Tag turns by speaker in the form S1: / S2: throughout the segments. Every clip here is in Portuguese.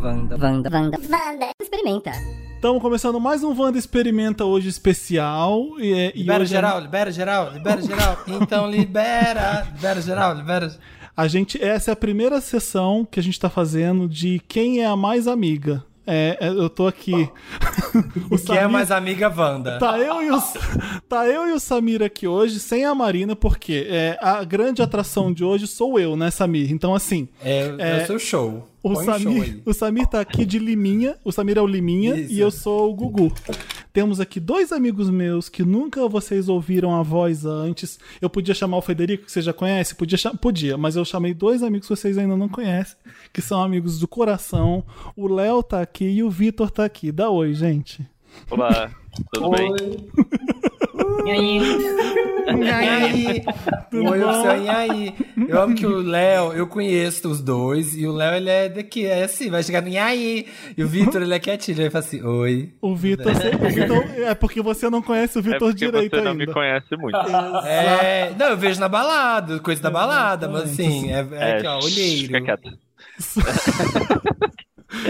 S1: Wanda, Wanda, Wanda, Wanda. Experimenta.
S2: Estamos começando mais um Wanda Experimenta hoje especial. E, é- e
S3: Libera
S2: hoje
S3: geral, libera geral, libera geral. Então libera, libera geral, libera.
S2: A gente, essa é a primeira sessão que a gente tá fazendo de quem é a mais amiga. É, é, eu tô aqui.
S3: O que é
S2: Samir-
S3: mais amiga Wanda?
S2: Tá eu, e o, tá eu e o Samir aqui hoje, sem a Marina, porque é, a grande atração de hoje sou eu, né, Samir? Então, assim,
S3: É, é o seu show. Põe
S2: o
S3: um show
S2: Samir,
S3: aí.
S2: o Samir tá aqui de Liminha, o Samir é o Liminha
S3: Isso.
S2: e eu sou o Gugu. Temos aqui dois amigos meus que nunca vocês ouviram a voz antes. Eu podia chamar o Federico, que você já conhece, podia, cha- podia, mas eu chamei dois amigos que vocês ainda não conhecem, que são amigos do coração. O Léo tá aqui e o Vitor tá aqui. Dá oi, gente.
S4: Olá, tudo bem? É
S3: Nhaí. Oi, oficial, Nhaí. Eu amo que o Léo, eu conheço os dois, e o Léo, ele é daqui, é assim, vai chegar no Nhaí. E o Vitor, ele é quietinho, ele fala assim, oi.
S2: O Vitor. o Vitor- é porque você não conhece o
S4: É
S2: Vitor
S4: porque
S2: direito
S4: você não
S2: ainda.
S4: me conhece muito.
S3: É, não, eu vejo na balada, coisa da balada, mas assim, é, é aqui, ó, olheiro.
S4: fica quieto.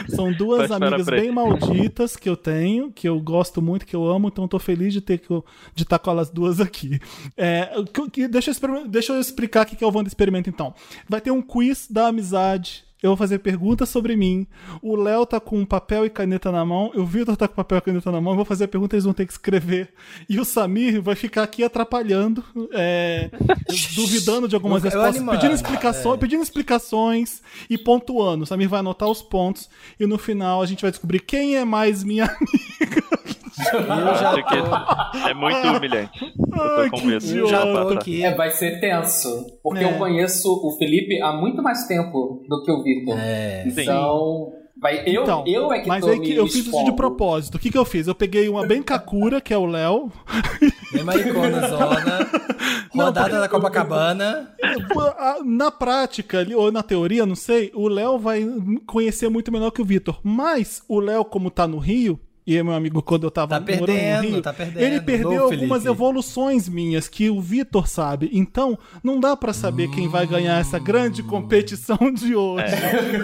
S2: São duas
S4: Pode parar
S2: amigas
S4: pra ele.
S2: bem malditas que eu tenho, que eu gosto muito, que eu amo, então tô feliz de ter que eu- de estar com elas duas aqui. É, o que- que- deixa, eu, exper- deixa eu explicar o que que é o Wanda Experimento, então. Vai ter um quiz da amizade. Eu vou fazer perguntas sobre mim. O Léo tá com papel e caneta na mão. O Vitor tá com papel e caneta na mão. Eu vou fazer a pergunta, eles vão ter que escrever. E o Samir vai ficar aqui atrapalhando, é, duvidando de algumas
S3: Eu
S2: respostas,
S3: animando,
S2: pedindo
S5: é,
S2: explicações, pedindo explicações e pontuando. O Samir vai anotar os pontos e no final a gente vai descobrir quem é mais minha
S3: Eu já
S4: Acho
S3: tô...
S4: que é muito humilhante.
S2: Ai,
S4: Eu tô
S2: que
S4: com medo.
S2: idiota.
S3: já
S4: Já
S3: tô
S4: passa.
S3: aqui.
S5: É, vai ser tenso. Porque
S2: É.
S5: eu conheço o Felipe há muito mais tempo do que o Vitor.
S3: É.
S5: Então, vai, eu,
S2: Então,
S5: eu é que
S2: mas
S5: tô
S2: aí
S5: me
S2: que eu fiz isso de
S5: expondo.
S2: propósito. O que, que eu fiz? Eu peguei uma bem kakura, que é o Léo.
S3: Minha maricona zona. Rodada da Copacabana.
S2: Ah, Na prática, ali, ou na teoria, não sei, o Léo vai conhecer muito melhor que o Vitor. Mas o Léo, como tá no Rio, e é meu amigo quando eu
S3: Tá
S2: tava morando
S3: perdendo,
S2: no Rio,
S3: tá perdendo.
S2: ele perdeu
S3: Novo
S2: algumas
S3: Felipe.
S2: evoluções minhas que o Vitor sabe. Então, não dá pra saber quem vai ganhar essa grande competição de hoje.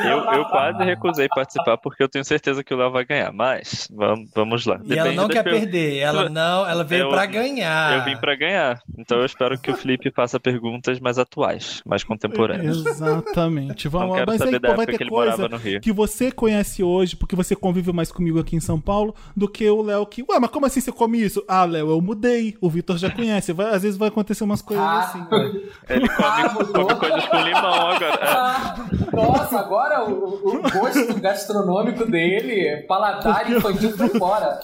S4: Eu, eu quase recusei participar porque eu tenho certeza que o Léo vai ganhar, mas vamos, vamos lá.
S3: E ela
S4: Depende
S3: não
S4: das
S3: quer
S4: per-
S3: perder. Ela não, ela veio
S2: é
S4: Eu-
S3: pra ganhar.
S4: Eu vim pra ganhar, então eu espero que o Felipe faça perguntas mais atuais, mais contemporâneas.
S2: Exatamente. Vamos
S4: Não
S2: lá.
S4: quero
S2: Mas aí
S4: saber da
S2: pô, vai
S4: época que
S2: ter
S4: ele
S2: coisa
S4: morava no Rio.
S2: que você conhece hoje, porque você convive mais comigo aqui em São Paulo, do que o Léo que. Ué, mas como assim você come isso? Ah, Léo, eu mudei. O Vitor já conhece. Vai- às vezes vai acontecer umas coisas assim.
S5: Ah,
S4: Ele
S5: Ah,
S4: come,
S5: mudou.
S4: come coisas com limão agora.
S5: nossa, agora o, o gosto gastronômico dele, paladar infantil pra fora.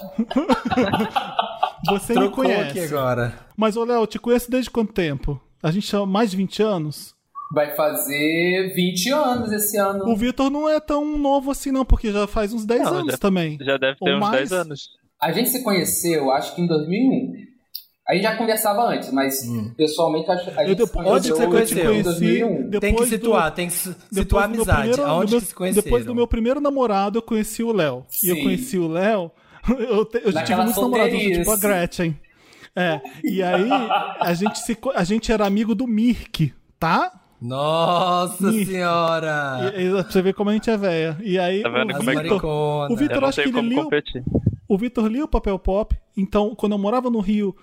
S2: Você me
S3: Trocou aqui
S2: conhece.
S3: agora.
S2: Mas, ô Léo, eu te conheço desde quanto tempo? A gente chama mais de 20 anos?
S5: Vai fazer 20 anos esse ano.
S2: O Vitor não é tão novo assim, não, porque já faz uns 10
S4: Não,
S2: anos
S4: já-
S2: também.
S4: É, Já deve ter
S2: Ou
S4: uns
S2: mais.
S4: 10 anos.
S5: A gente se conheceu, acho que em 2001. A gente já conversava antes, mas pessoalmente acho- a gente
S2: Hum. Eu
S5: se
S2: depois-
S3: Onde você
S5: conheceu
S2: eu te
S3: conheceu?
S5: em
S2: conheci
S5: 2001.
S2: depois
S3: tem que
S2: do-
S3: situar, tem que su- situar a
S2: do meu
S3: amizade.
S2: primeiro-
S3: Aonde
S2: do meu-
S3: que se conheceram?
S2: Depois do meu primeiro namorado, eu conheci o Léo. E eu
S5: Sim.
S2: conheci o Léo. Eu, te- eu já tive
S5: Naquela
S2: muitos namorados,
S5: solteirice.
S2: tipo a Gretchen. É. E aí, a gente, se, co- a gente era amigo do Mirk, tá?
S3: Nossa
S2: Ih.
S3: senhora!
S2: E- e- pra você ver como a gente é véia. E aí,
S4: Tá vendo
S2: o
S3: As
S4: como é que
S2: Vitor-
S3: mariconas.
S2: o Vitor-
S4: Eu não
S2: acho
S4: sei
S2: que ele
S4: como
S2: liu-
S4: competir.
S2: o Vitor lia o papel pop, então quando eu morava no Rio,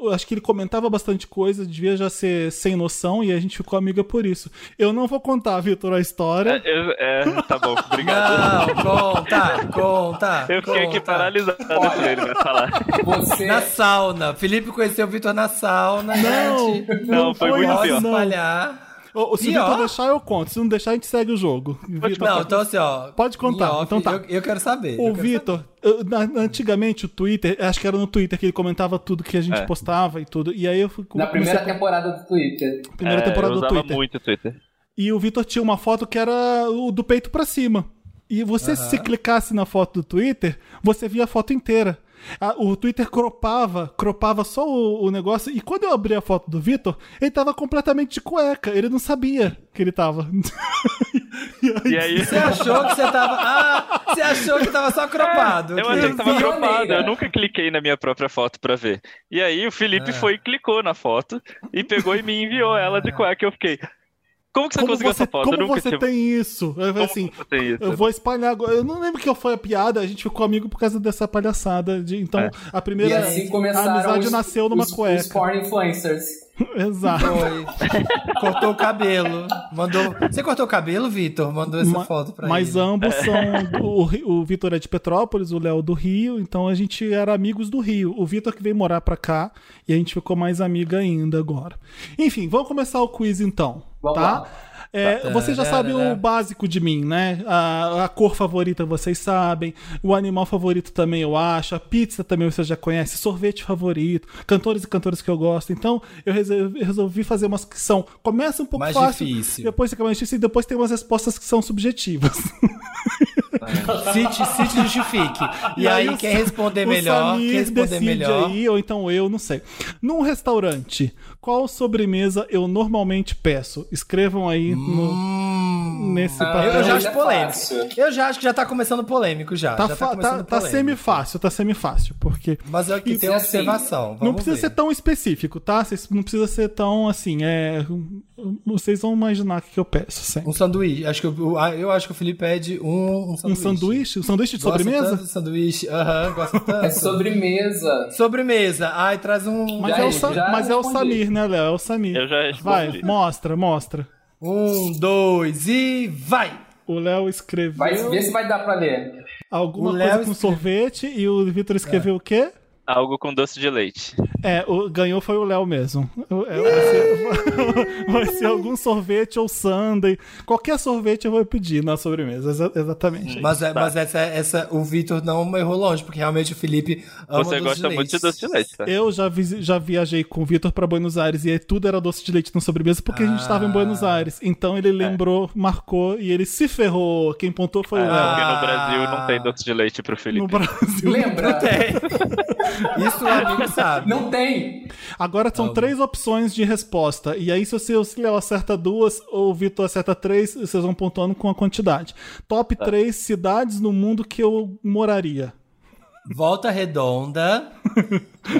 S2: eu acho que ele comentava bastante coisa, devia já ser sem noção, e a gente ficou amiga por isso. Eu não vou contar, Vitor, a história.
S4: É, eu- é, tá bom, obrigado.
S3: Não, tá. conta, conta.
S4: Eu fiquei aqui
S3: conta.
S4: paralisado quando ele vai falar.
S5: Você,
S3: Na sauna. Felipe conheceu o Vitor na sauna.
S2: Não,
S3: gente.
S4: Não, foi muito
S2: isso,
S3: Pode
S4: pior.
S2: não.
S3: espalhar.
S2: Ô, se o
S3: Pior?
S2: Vitor deixar, eu conto. Se não deixar, a gente segue o jogo. Vitor,
S3: Não,
S2: tá-
S3: então assim, ó.
S2: Pode contar,
S3: em off,
S2: então tá.
S3: Eu, eu quero saber.
S2: O
S3: eu quero
S2: Vitor, eu- na- antigamente o Twitter, acho que era no Twitter que ele comentava tudo que a gente
S4: É.
S2: postava e tudo. E aí eu fui
S5: na
S2: comecei
S5: primeira
S2: a-
S5: temporada do Twitter.
S2: primeira
S4: É,
S2: temporada
S4: eu
S2: do
S4: usava
S2: Twitter.
S4: muito o Twitter.
S2: E o Vitor tinha uma foto que era o do peito pra cima. E você, se clicasse na foto do Twitter, você via a foto inteira. A- o Twitter cropava, cropava só o, o negócio. E quando eu abri a foto do Vitor, ele tava completamente de cueca. Ele não sabia que ele tava.
S4: E aí.
S3: Você achou que você tava. Ah, você achou que tava só cropado.
S4: É, Eu achei que tava
S5: Pioneira.
S4: dropado, eu nunca cliquei na minha própria foto pra ver. E
S2: É.
S4: aí o Felipe foi e clicou na foto e pegou e me enviou ela de cueca. Eu fiquei. Como que você
S2: Como
S4: conseguiu
S2: você,
S4: essa foto? Eu
S2: como
S4: nunca
S2: você
S4: tive-
S2: tem isso? Eu falei
S4: Como
S2: assim,
S4: você tem isso?
S2: eu vou espalhar agora. Eu não lembro que foi a piada, a gente ficou amigo por causa dessa palhaçada. de- então,
S4: É.
S2: a
S5: E
S2: primeira
S5: assim
S2: a
S5: começaram
S2: amizade
S5: os,
S2: nasceu numa
S5: os,
S2: cueca.
S5: os porn influencers.
S2: Exato.
S3: Foi. Cortou o cabelo. Mandou. Você cortou o cabelo, Vitor? Mandou essa
S2: Ma-
S3: foto pra
S2: mas
S3: ele. É.
S2: ambos são. O, Ri- o Vitor é de Petrópolis, o Léo do Rio, então a gente era amigos do Rio. O Vitor que veio morar pra cá e a gente ficou mais amiga ainda agora. Enfim, vamos começar o quiz então,
S5: Vamos
S2: tá?
S5: lá.
S2: É, vocês já
S3: tá,
S2: sabem o básico de mim, né? A, a cor favorita vocês sabem, o animal favorito também eu acho, a pizza também vocês já conhecem, sorvete favorito, cantores e cantoras que eu gosto. Então eu resolvi, resolvi fazer umas que são. Começa um pouco
S3: Mais
S2: fácil,
S3: difícil.
S2: depois fica mais difícil e depois tem umas respostas que são subjetivas.
S3: Cite, cite e justifique. E, aí,
S2: o
S3: quem
S2: Sa-
S3: responder
S2: o
S3: melhor,
S2: Samir
S3: quem responder
S2: decide
S3: melhor.
S2: aí, ou então eu, não sei. Num restaurante, qual sobremesa eu normalmente peço? Escrevam aí no, nesse
S3: Hum,
S2: papel.
S3: ah, Eu já
S5: Isso
S3: acho
S5: é
S3: polêmico.
S5: fácil.
S3: Eu já acho que já tá começando polêmico já.
S2: Tá,
S3: já
S2: fa- tá,
S3: começando
S2: tá
S3: polêmico.
S2: semi-fácil, tá semi-fácil, porque.
S3: Mas é o que
S5: Isso
S3: tem
S5: é
S3: uma
S5: assim.
S3: observação.
S2: não
S3: vamos
S2: precisa
S3: ver.
S2: ser tão específico, tá? Vocês não precisa ser tão assim, é. Vocês vão imaginar o que que eu peço sempre.
S3: Um sanduíche. Acho que eu, eu acho que o Felipe pede um, um
S2: Um
S3: sanduíche.
S2: sanduíche? Um sanduíche de
S3: Gosta
S2: sobremesa?
S3: tanto de sanduíche. Aham, gosta
S5: É
S3: tanto.
S5: sobremesa.
S3: Sobremesa. Ai, traz um.
S2: Mas,
S5: Já
S2: é o,
S5: respondi,
S2: Sa-
S5: já
S2: mas é o
S5: respondi.
S2: Samir, né, Léo? É o Samir.
S4: Eu já respondi.
S2: Vai, mostra, mostra.
S3: Um, dois e vai!
S2: O Léo escreveu
S5: Vai ver se vai dar pra ler.
S2: alguma
S3: O
S2: coisa
S3: Léo escreve-
S2: com
S3: É.
S2: sorvete e o Vitor escreveu o quê?
S4: Algo com doce de leite.
S2: É, o, ganhou foi o Léo mesmo. O- é, vai, ser, vai ser algum sorvete ou sundae. Qualquer sorvete eu vou pedir na sobremesa, exa- exatamente.
S3: Mas, é- mas essa, essa, o Vitor não errou longe, porque realmente o Felipe ama
S4: você
S3: doce
S4: gosta
S3: de
S4: muito de
S3: leite.
S4: doce de leite, tá?
S3: é.
S2: Eu já, visi- já viajei com o Vitor pra Buenos Aires e aí tudo era doce de leite na sobremesa porque a gente
S3: Ah. É.
S2: tava em Buenos Aires. Então ele lembrou, marcou e ele se ferrou. Quem pontou foi o Léo.
S4: É, Porque
S3: Ah.
S4: no Brasil não tem doce de leite pro Felipe.
S2: No Brasil.
S5: Lembra?
S3: Isso o amigo sabe.
S5: Não tem.
S2: Agora são três opções de resposta. E aí, se você se Léo acerta duas ou o Vitor acerta três, vocês vão pontuando com a quantidade. Top três cidades no mundo que eu moraria.
S3: Volta redonda.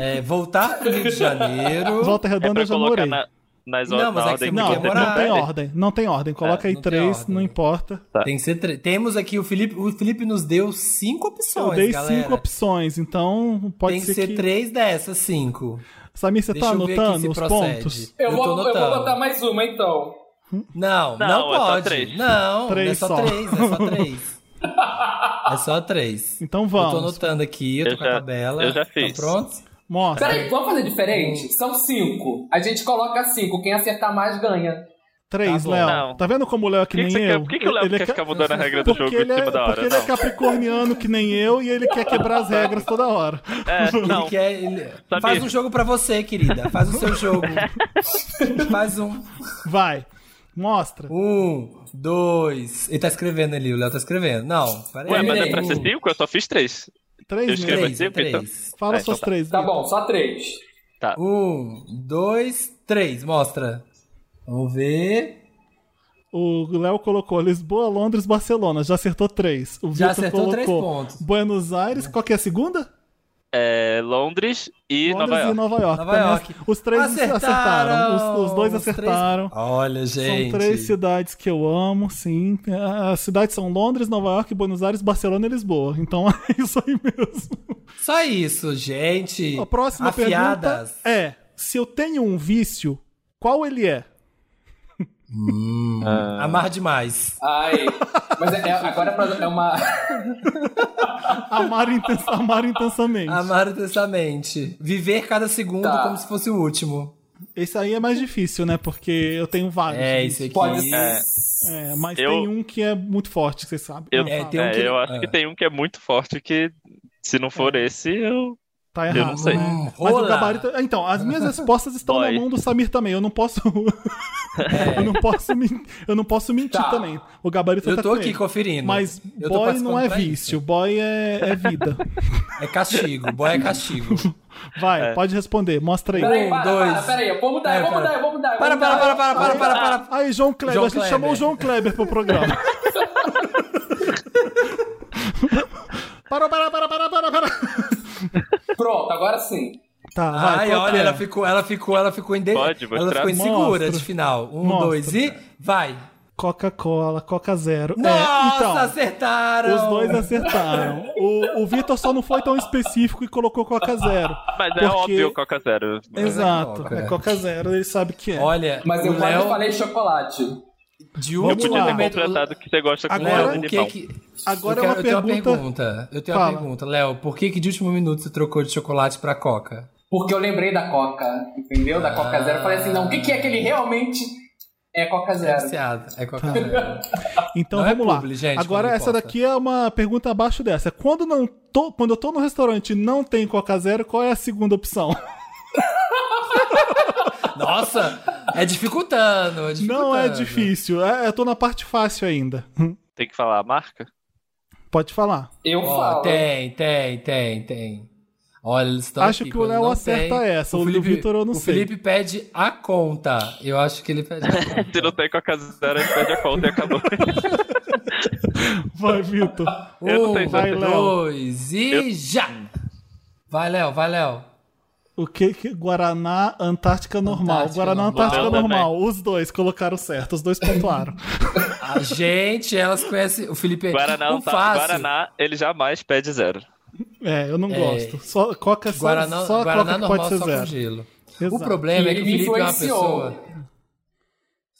S3: é, voltar pro Rio de Janeiro.
S2: Volta
S4: É
S2: Redonda
S4: pra
S2: eu já
S4: colocar
S2: morei.
S4: na, nas
S3: Não,
S4: horas
S3: mas é que
S4: na ordem
S3: você
S4: que
S2: Não,
S4: você
S3: quer morar. né?
S2: não tem
S4: prefere.
S2: ordem. Não tem ordem.
S3: É,
S2: Coloca aí
S3: não tem
S2: três,
S3: ordem.
S2: não importa.
S4: Tá.
S3: Tem que ser tre- Temos aqui o Felipe. O Felipe nos deu cinco opções.
S2: Eu dei
S3: galera.
S2: cinco opções, então pode
S3: Tem que
S2: ser,
S3: ser
S2: que...
S3: três dessas, cinco.
S2: Samir, você tá
S3: Deixa eu ver aqui se
S2: anotando os
S3: procede.
S2: pontos?
S3: Eu
S5: Eu,
S3: tô
S5: vou, eu vou
S3: notando.
S5: botar mais uma, então.
S3: Não, não,
S4: Não, é só
S3: pode.
S4: três.
S3: Não,
S2: Três
S3: é só,
S2: só.
S3: três, é só três. é só três.
S2: Então
S3: Eu tô
S2: vamos.
S3: anotando aqui, eu tô
S4: Eu
S3: com
S4: já-
S3: a tabela.
S4: eu já fiz.
S3: Tá pronto?
S2: Mostra.
S5: Peraí, vamos fazer diferente? São cinco. A gente coloca cinco. Quem acertar mais ganha.
S2: Três,
S3: Tá bom.
S2: Léo.
S4: Não.
S2: Tá vendo como o Léo é
S4: Por
S2: que
S4: que, que,
S2: nem
S4: você quer-
S2: eu?
S4: por que, que o Léo
S2: Ele
S4: quer
S2: é ca-
S4: ficar mudando a regra do
S2: Porque
S4: jogo
S2: ele,
S4: em
S2: é,
S4: cima da hora?
S2: porque ele é
S4: Não,
S2: capricorniano que nem eu e ele quer quebrar as regras toda hora.
S4: é, não.
S3: Ele quer, ele-
S4: Sabia.
S3: Faz um jogo pra você, querida. Faz o seu jogo. Faz um.
S2: Vai, mostra.
S3: Um, dois. Ele tá escrevendo ali, o Léo tá escrevendo. Não, peraí. Um,
S4: Ué, mas é pra
S5: Peraí,
S4: ser cinco? Eu só fiz três. Eu
S2: Três
S4: escrevo
S2: mesmo.
S3: Três, um,
S4: assim,
S3: três.
S4: então.
S2: Fala
S4: Ah,
S2: suas
S4: então tá.
S2: três.
S5: Tá
S2: Vitor.
S5: bom, só três.
S3: Um, dois, três. Mostra. Vamos ver.
S2: O Léo colocou Lisboa, Londres, Barcelona. Já acertou três. O
S3: Já
S2: Vitor
S3: acertou três
S2: colocou
S3: pontos.
S2: Buenos Aires, qual que é a segunda?
S4: É, Londres e
S2: Londres
S4: Nova
S2: e
S4: York.
S2: Nova York.
S3: Nova
S2: Também
S3: York.
S2: ac- Os três acertaram. Os, os dois
S3: Os três-
S2: acertaram.
S3: Olha, gente.
S2: São três cidades que eu amo, sim. As cidades são Londres, Nova York, Buenos Aires, Barcelona e Lisboa. Então é isso aí mesmo.
S3: Só isso, gente.
S2: A próxima
S3: Afiadas.
S2: pergunta é: se eu tenho um vício, qual ele é?
S3: Amar demais.
S5: Ai. Mas é- é- agora é pra- é uma.
S2: Amar, intensa- amar intensamente.
S3: Amar intensamente. Viver cada segundo
S5: Tá.
S3: como se fosse o último.
S2: Esse aí é mais difícil, né? Porque eu tenho vários.
S3: É,
S2: vícios.
S3: isso aqui.
S5: Pode
S4: É.
S2: É, mas
S4: Eu-
S2: tem um que é muito forte, que vocês sabem.
S4: Eu,
S2: Não
S3: É,
S2: fala.
S3: tem um
S4: é,
S3: que-
S4: eu acho
S3: ah.
S4: que tem um que é muito forte que, se não for esse, eu.
S2: Tá errado.
S4: não sei.
S2: né?
S3: Hum,
S2: Mas o
S3: rola.
S2: gabarito. Então, as minhas respostas estão na
S4: Dói.
S2: mão do Samir também. Eu não posso. eu, não posso men- eu não posso mentir
S5: Tá.
S2: também. O gabarito
S3: Eu
S2: tá
S3: tô
S2: com
S3: aqui
S2: ele.
S3: conferindo.
S2: Mas
S3: Eu tô
S2: boy
S3: participando
S2: não é
S3: pra
S2: vício, boy é, é vida.
S3: isso. É castigo. Boy é castigo.
S4: É.
S2: Vai, pode responder, mostra aí.
S5: Peraí,
S3: Um,
S5: para,
S3: dois.
S5: para, peraí. Eu vou mudar,
S3: É,
S5: eu vou
S3: para.
S5: mudar, eu vou mudar. eu
S3: Para,
S5: vou mudar.
S3: para, para, para, para, para, para.
S2: Aí, João Kleber,
S3: João
S2: a gente
S3: Kleber.
S2: chamou o João Kleber pro programa. para, para, para, para, para, para.
S5: Pronto, agora sim.
S2: Tá, vai.
S3: Ai,
S2: qual que
S3: olha,
S2: é?
S3: ela ficou, ela ficou, ela ficou inde...
S4: Pode mostrar?
S3: Ela ficou insegura
S2: Mostra.
S3: de final. Um,
S2: Mostra.
S3: dois e vai.
S2: Coca-Cola, Coca Zero. É,
S3: Nossa,
S2: então,
S3: acertaram!
S2: os dois acertaram. O, o Vitor só não foi tão específico e colocou Coca Zero.
S4: Mas é
S2: Porque-
S4: óbvio o Coca Zero.
S2: Exato,
S3: Coca.
S2: é Coca Zero, ele sabe que é.
S3: Olha,
S5: Mas
S3: o
S5: eu quase
S3: Léo
S5: falei chocolate.
S3: de
S2: Eu
S4: Eu
S3: último
S4: podia ter
S3: momento-
S4: contratado que você gosta com
S2: Agora,
S4: Léo,
S3: Léo, o
S4: animal.
S3: que que...
S2: Agora
S3: eu,
S2: é uma
S3: quero- eu tenho
S2: pergunta-
S3: pergunta. Eu tenho uma
S2: Fala.
S3: pergunta. Léo, por que que de último minuto você trocou de chocolate pra coca?
S5: Porque eu lembrei da Coca, entendeu? Da Coca Zero. Eu falei assim, não, o que, que é que ele realmente é Coca Zero?
S3: Viciado. É coca zero.
S2: Então
S3: Não é
S2: vamos lá.
S3: publi, gente,
S2: Agora
S3: não
S2: essa
S3: importa.
S2: daqui é uma pergunta abaixo dessa. Quando não tô, quando eu tô no restaurante e não tem Coca Zero, qual é a segunda opção?
S3: Nossa, é dificultando, é dificultando.
S2: Não é difícil. É, eu tô na parte fácil ainda. Hum,
S4: Tem que falar a marca?
S2: Pode falar.
S5: Eu
S3: Ó,
S5: falo.
S3: tem, tem, tem, tem. Olha, eles estão
S2: Acho
S3: aqui,
S2: que o Léo
S3: quando não
S2: acerta
S3: tem,
S2: essa, o do Vitor eu não
S3: o
S2: sei.
S3: Felipe pede a conta. Eu acho que ele pede a conta.
S4: Se não tem Coca Zero, a gente perde a conta e acabou.
S2: Vai, Vitor.
S4: Eu não tenho
S3: Um, vai,
S2: certeza.
S3: dois e já! Vai, Léo, vai, Léo.
S2: O que que Guaraná Antártica normal?
S3: Antártica
S2: Guaraná
S3: normal.
S2: Antártica
S4: Eu também.
S2: normal. Os dois colocaram certo, os dois pontuaram.
S3: A Ah, gente, elas conhecem. O Felipe é
S4: Guaraná,
S3: um
S4: não tá-
S3: fácil.
S4: Guaraná, ele jamais pede zero.
S2: é, eu não
S3: É.
S2: gosto. Só Coca só,
S3: Guaraná,
S2: só
S3: Guaraná
S2: Coca que
S3: normal
S2: pode ser
S3: só com
S2: zero.
S3: gelo. O
S2: Exato.
S3: problema é que o
S5: Ele me
S3: Felipe é uma
S5: influenciou.
S3: pessoa.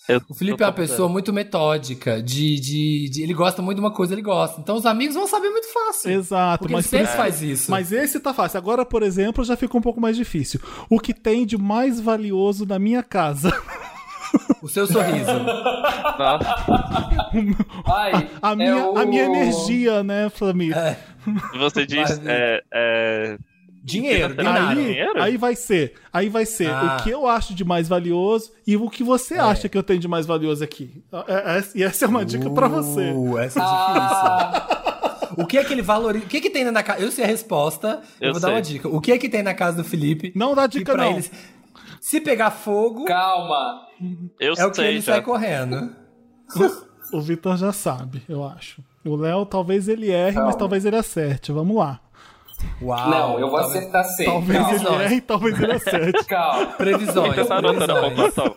S4: Eu-
S3: O Felipe é
S4: eu
S3: uma
S4: tô com
S3: pessoa muito metódica, de, de, de- Ele gosta muito de uma coisa, ele gosta. Então os amigos vão saber muito fácil.
S2: Exato,
S3: é Porque
S2: mas
S3: ele sempre
S2: por-
S3: faz isso.
S2: Mas esse tá fácil. Agora, por exemplo, já fica um pouco mais difícil. O que tem de mais valioso na minha casa?
S3: O seu sorriso.
S4: zero. Nossa,
S5: Ai,
S2: A,
S5: é
S2: minha,
S5: o-
S2: a minha energia, né, Flamir?
S3: É.
S4: você diz.
S3: Mas-
S4: é, é,
S3: Dinheiro,
S4: Aí-
S3: ganharam.
S2: Aí,
S4: dinheiro?
S2: aí vai ser. Aí vai ser
S3: É Ah. É.
S2: o que eu acho de mais valioso e o que você acha que eu tenho de mais valioso aqui. É- é- E essa é uma dica pra você.
S3: Uh, essa é difícil.
S5: Ah,
S3: O que é que ele valoriza? O que é que tem na casa? Eu sei a resposta, eu,
S4: Eu
S3: vou dar
S4: sei.
S3: uma dica. O que é que tem na casa do Felipe?
S2: Não dá
S3: que
S2: dica,
S3: pra
S2: não.
S3: eles- se pegar fogo,
S5: calma.
S4: eu
S3: é o que
S4: sei
S3: ele
S4: já.
S3: sai correndo.
S2: O Vitor já sabe, eu acho. O Léo talvez ele erre, mas
S5: Calma.
S2: talvez ele acerte. Vamos lá.
S3: Uau. tá
S5: Não, eu vou
S3: Ah, talvez-
S5: acertar sempre.
S2: Talvez
S5: Calma,
S2: ele
S3: não.
S2: erre, talvez ele acerte.
S5: calma.
S3: Previsões.
S4: Você tá anotando a
S3: previsões.
S4: pontuação?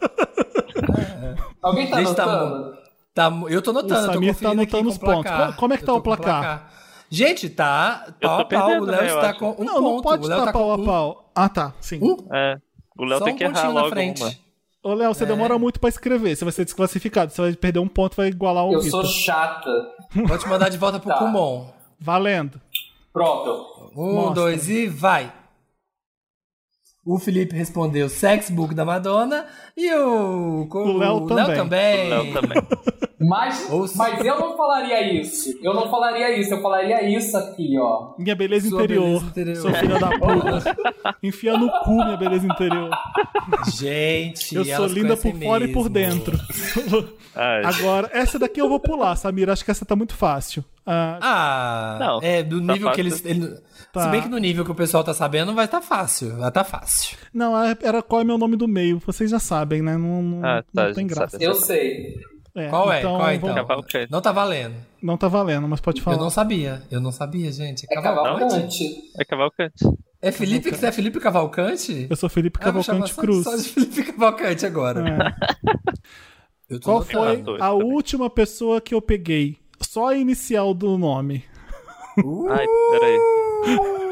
S5: Alguém tá
S3: Gente, tá
S5: anotando?
S3: Tá mu- eu tô notando,
S2: O
S3: eu tô
S2: Samir tá
S3: conferindo aqui
S2: anotando
S3: com
S2: os
S3: o placar.
S2: pontos. Como- como é que
S3: Eu
S2: tá
S3: tô
S2: o
S3: com
S2: placar?
S3: Gente, tá
S4: Eu
S3: pau
S4: tô
S3: a pau. O
S4: perdendo,
S3: Léo
S4: né, eu
S3: está
S4: acho.
S3: com um
S2: não,
S3: ponto.
S2: não pode
S3: o Léo
S2: estar
S3: tá
S2: pau
S3: com
S2: a pau. Ah, tá, sim.
S3: Um, um,
S4: É. O Léo
S3: só
S4: tem
S3: um
S4: que errar
S3: pontinho na
S4: logo
S3: frente.
S4: uma.
S2: Ô, Léo,
S3: É.
S2: você demora muito pra escrever. Você vai ser desclassificado. Você vai perder um ponto, vai igualar o
S5: Eu sou
S2: Vitor.
S5: chata.
S3: Vou te mandar de volta pro
S5: Tá.
S3: Kumon.
S2: Valendo.
S5: Pronto.
S3: Um,
S2: Mostra.
S3: dois e vai. O Felipe respondeu Sex Book da Madonna e o
S2: O Léo também.
S4: O Léo também.
S5: Mas,
S3: Ouça.
S5: mas eu não falaria isso. Eu não falaria isso. Eu falaria isso aqui, ó.
S2: Minha beleza
S3: Sua
S2: interior.
S3: beleza interior.
S2: Sou filha da puta. Enfia no cu minha beleza interior.
S3: Gente,
S2: eu sou
S3: elas
S2: linda por
S3: conhecem
S2: fora e por
S3: mesmo.
S2: dentro.
S4: Ai,
S2: Agora, essa daqui eu vou pular, Samira. Acho que essa tá muito fácil. Ah,
S3: Ah,
S4: Não,
S3: é do
S4: tá
S3: nível que
S4: fácil.
S3: eles. ele-
S2: Tá.
S3: Se bem que no nível que o pessoal tá sabendo, vai tá fácil. Vai tá fácil.
S2: não, era qual é meu nome do meio. Vocês já sabem, né? Não, não,
S4: Ah, tá,
S2: não tem
S4: a gente
S2: graça.
S4: sabe.
S5: Eu sei.
S3: Qual é? Qual é então?
S2: vamos-
S4: Cavalcante.
S3: Não tá valendo.
S2: Não tá valendo, mas pode falar.
S3: Eu não sabia. Eu não sabia, gente.
S5: É cavalcante.
S4: é Cavalcante.
S3: É Felipe, você é Felipe Cavalcante?
S2: Eu sou Felipe
S3: Ah, vou
S2: Cavalcante
S3: chamar
S2: Cruz.
S3: Só, só de Felipe Cavalcante agora.
S2: É.
S3: Eu tô
S2: Qual
S3: notando.
S2: foi
S4: Atores
S2: a
S4: também.
S2: última pessoa que eu peguei? Só a inicial do nome.
S4: Ai, peraí.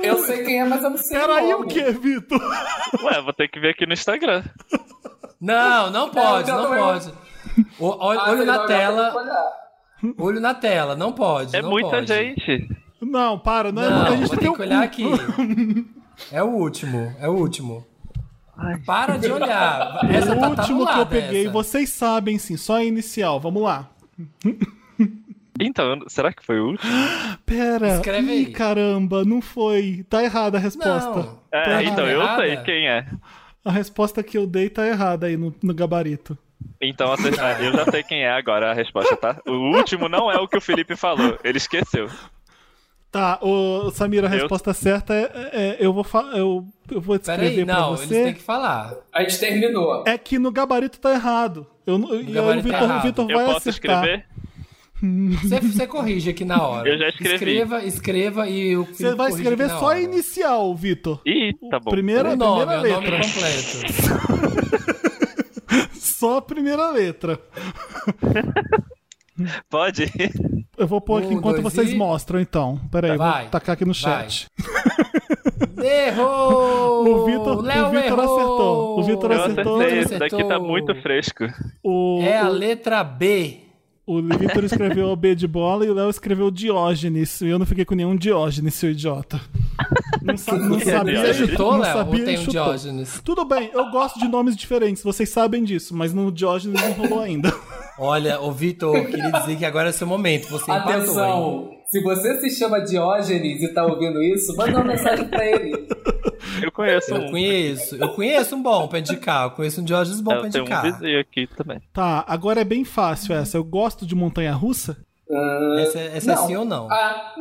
S5: Eu sei quem é, mas eu não sei.
S2: Peraí,
S5: nome.
S2: o que, Vitor?
S4: Ué, vou ter que ver aqui no Instagram.
S3: Não, não pode,
S5: eu
S3: não,
S5: também-
S3: pode. O- olho
S5: Ah,
S3: olho
S5: não,
S3: na
S5: não,
S3: tela,
S5: não, não.
S3: olho na tela, não pode.
S4: É
S3: não
S4: muita
S3: pode.
S4: gente.
S2: Não, para, não, é
S3: Não,
S2: muita gente
S3: vou
S2: tem
S3: ter
S2: um
S3: que olhar
S2: cu.
S3: aqui. É o último, é o último. Para de olhar. Essa
S2: o
S3: tá, tá
S2: último que eu
S3: anulada,
S2: peguei,
S3: essa.
S2: vocês sabem sim, só a inicial. Vamos lá.
S4: Então, eu não- será que foi o último?
S2: Pera.
S3: Escreve
S2: Ih,
S3: aí.
S2: caramba, não foi. Tá errada a resposta.
S3: Não.
S2: Tá
S4: É, então, eu
S3: errada.
S4: sei quem é.
S2: A resposta que eu dei tá errada aí no, no gabarito.
S4: Então, assim, ah, eu já sei quem é agora a resposta, tá? O último não é o que o Felipe falou. Ele esqueceu.
S2: Tá, ô, Samira, a
S4: Eu-
S2: resposta certa é, é- eu vou fa- eu, eu vou
S3: Peraí,
S2: descrever pra
S3: não,
S2: você.
S3: eles têm que falar.
S5: A gente terminou.
S2: É que no gabarito tá errado. Eu, não- e aí o
S3: gabarito tá
S2: Vitor, o
S3: errado.
S2: Vitor
S4: Eu
S2: vai
S4: posso
S2: acertar.
S4: escrever?
S3: Você, você corrige aqui na hora.
S4: Eu já escrevi.
S3: Escreva, escreva e o
S2: Você vai
S3: corrige
S2: escrever
S3: aqui na
S2: só
S3: hora.
S2: a inicial, Vitor.
S4: Ih, tá bom.
S2: Primeira,
S3: O nome,
S2: primeira
S3: é o nome
S2: letra.
S3: completo.
S2: Só a primeira letra.
S4: Pode ir.
S2: Eu vou pôr aqui
S3: Um,
S2: enquanto
S3: dois
S2: vocês
S3: e-
S2: mostram, então. Peraí, eu vou
S3: Vai. É
S2: tacar aqui no
S3: Vai.
S2: chat.
S3: Errou!
S2: O Vitor- o
S3: Léo
S2: Vitor
S3: errou!
S2: acertou. O Vitor
S4: Eu
S2: acertou.
S4: acertei. Esse
S3: Acertou.
S4: daqui tá muito fresco.
S2: O,
S3: É a letra B.
S2: o Vitor escreveu B de bola e o Léo escreveu Diógenes. E eu não fiquei com nenhum Diógenes, seu idiota. Não, sa- não
S4: que é
S2: sabia.
S3: Você
S4: Diógenes?
S3: chutou,
S2: não
S3: Léo? Ou
S2: sabia e
S3: tem o
S2: chutou.
S3: Diógenes?
S2: Tudo bem, eu gosto de nomes diferentes, vocês sabem disso, mas no Diógenes não rolou ainda.
S3: Olha, ô Vitor, queria dizer que agora é seu momento. Você empatou, hein?
S5: Atenção! Se você se chama Diógenes e tá ouvindo isso, manda uma mensagem pra ele.
S4: Eu conheço
S3: Eu
S4: um.
S3: conheço, eu conheço um bom pra indicar. Eu conheço um Diógenes bom pra
S4: Eu tenho um
S3: indicar.
S4: vizinho aqui também.
S2: Tá, agora é bem fácil essa. Eu gosto de montanha russa?
S3: Essa, essa é
S5: Não.
S3: sim ou não?
S5: Ah,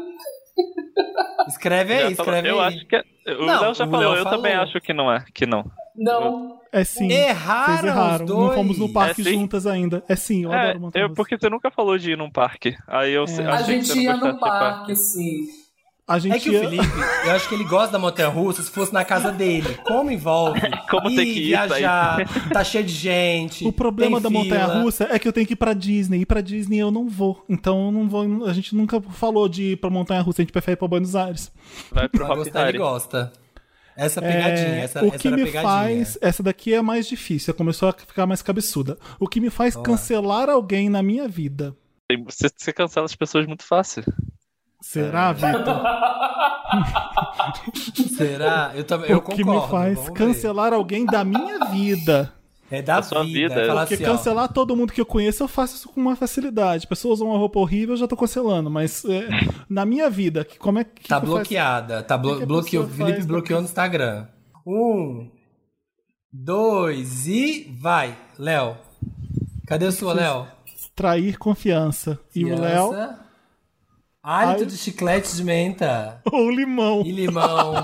S3: Escreve
S4: Já
S3: aí,
S4: falou.
S3: escreve
S4: eu
S3: aí.
S4: acho que é... O
S3: Não,
S4: Léo já
S3: o
S4: falou,
S3: Léo
S4: eu também
S3: falou.
S4: acho que não é. Que não.
S5: não.
S2: É sim. Vocês
S3: Erraram,
S2: erraram.
S3: Ah, os dois.
S2: Não fomos no parque
S4: É sim?
S2: juntas ainda. É sim, eu
S4: É,
S2: adoro montanha
S4: eu,
S2: russa.
S4: porque você nunca falou de ir num parque. Aí eu se-
S2: É.
S5: A
S4: achei que
S5: gente
S4: você
S5: ia
S4: não
S5: num
S4: gostasse de parque.
S5: parque, sim.
S2: A gente
S3: É que o
S2: ia-
S3: Felipe, eu acho que ele gosta da montanha russa se fosse na casa dele. Como envolve?
S4: Como tem
S3: ir,
S4: que ir,
S3: viajar, tá cheio de gente.
S2: O problema
S3: tem
S2: da
S3: fila.
S2: montanha russa é que eu tenho que ir pra Disney. E pra Disney eu não vou. Então eu não vou. A gente nunca falou de ir pra montanha russa, a gente prefere ir pra Buenos Aires.
S4: Vai pro
S3: Pra gostar, ele
S4: Rocketari.
S3: gosta. Essa pegadinha,
S2: É,
S3: essa,
S2: o
S3: essa
S2: que
S3: era a
S2: me
S3: pegadinha.
S2: faz. Essa daqui é mais difícil, começou a ficar mais cabeçuda. O que me faz cancelar alguém na minha vida.
S4: Você, você cancela as pessoas muito fácil.
S3: É.
S2: Será, Vitor?
S3: Será? Eu, também, eu
S2: o que
S3: concordo.
S2: me faz
S3: vamos ver.
S2: cancelar alguém da minha vida.
S3: É da
S4: Da sua
S3: vida.
S4: vida.
S3: Falar
S4: Porque
S2: Porque
S3: assim, ó,
S2: cancelar todo mundo que eu conheço, eu faço isso com uma facilidade. Pessoas usam uma roupa horrível, eu já tô cancelando. Mas é, na minha vida, que, como é que.
S3: Tá
S2: que eu faço?
S3: bloqueada. Tá blo
S2: que que a
S3: bloqueou. O
S2: pessoa
S3: Felipe
S2: faz?
S3: bloqueou no Instagram. Um, dois e vai. Léo. Cadê a sua, Léo?
S2: Trair confiança. E o Léo
S3: Criança. Hálito de chiclete de menta
S2: ou limão.
S3: e limão.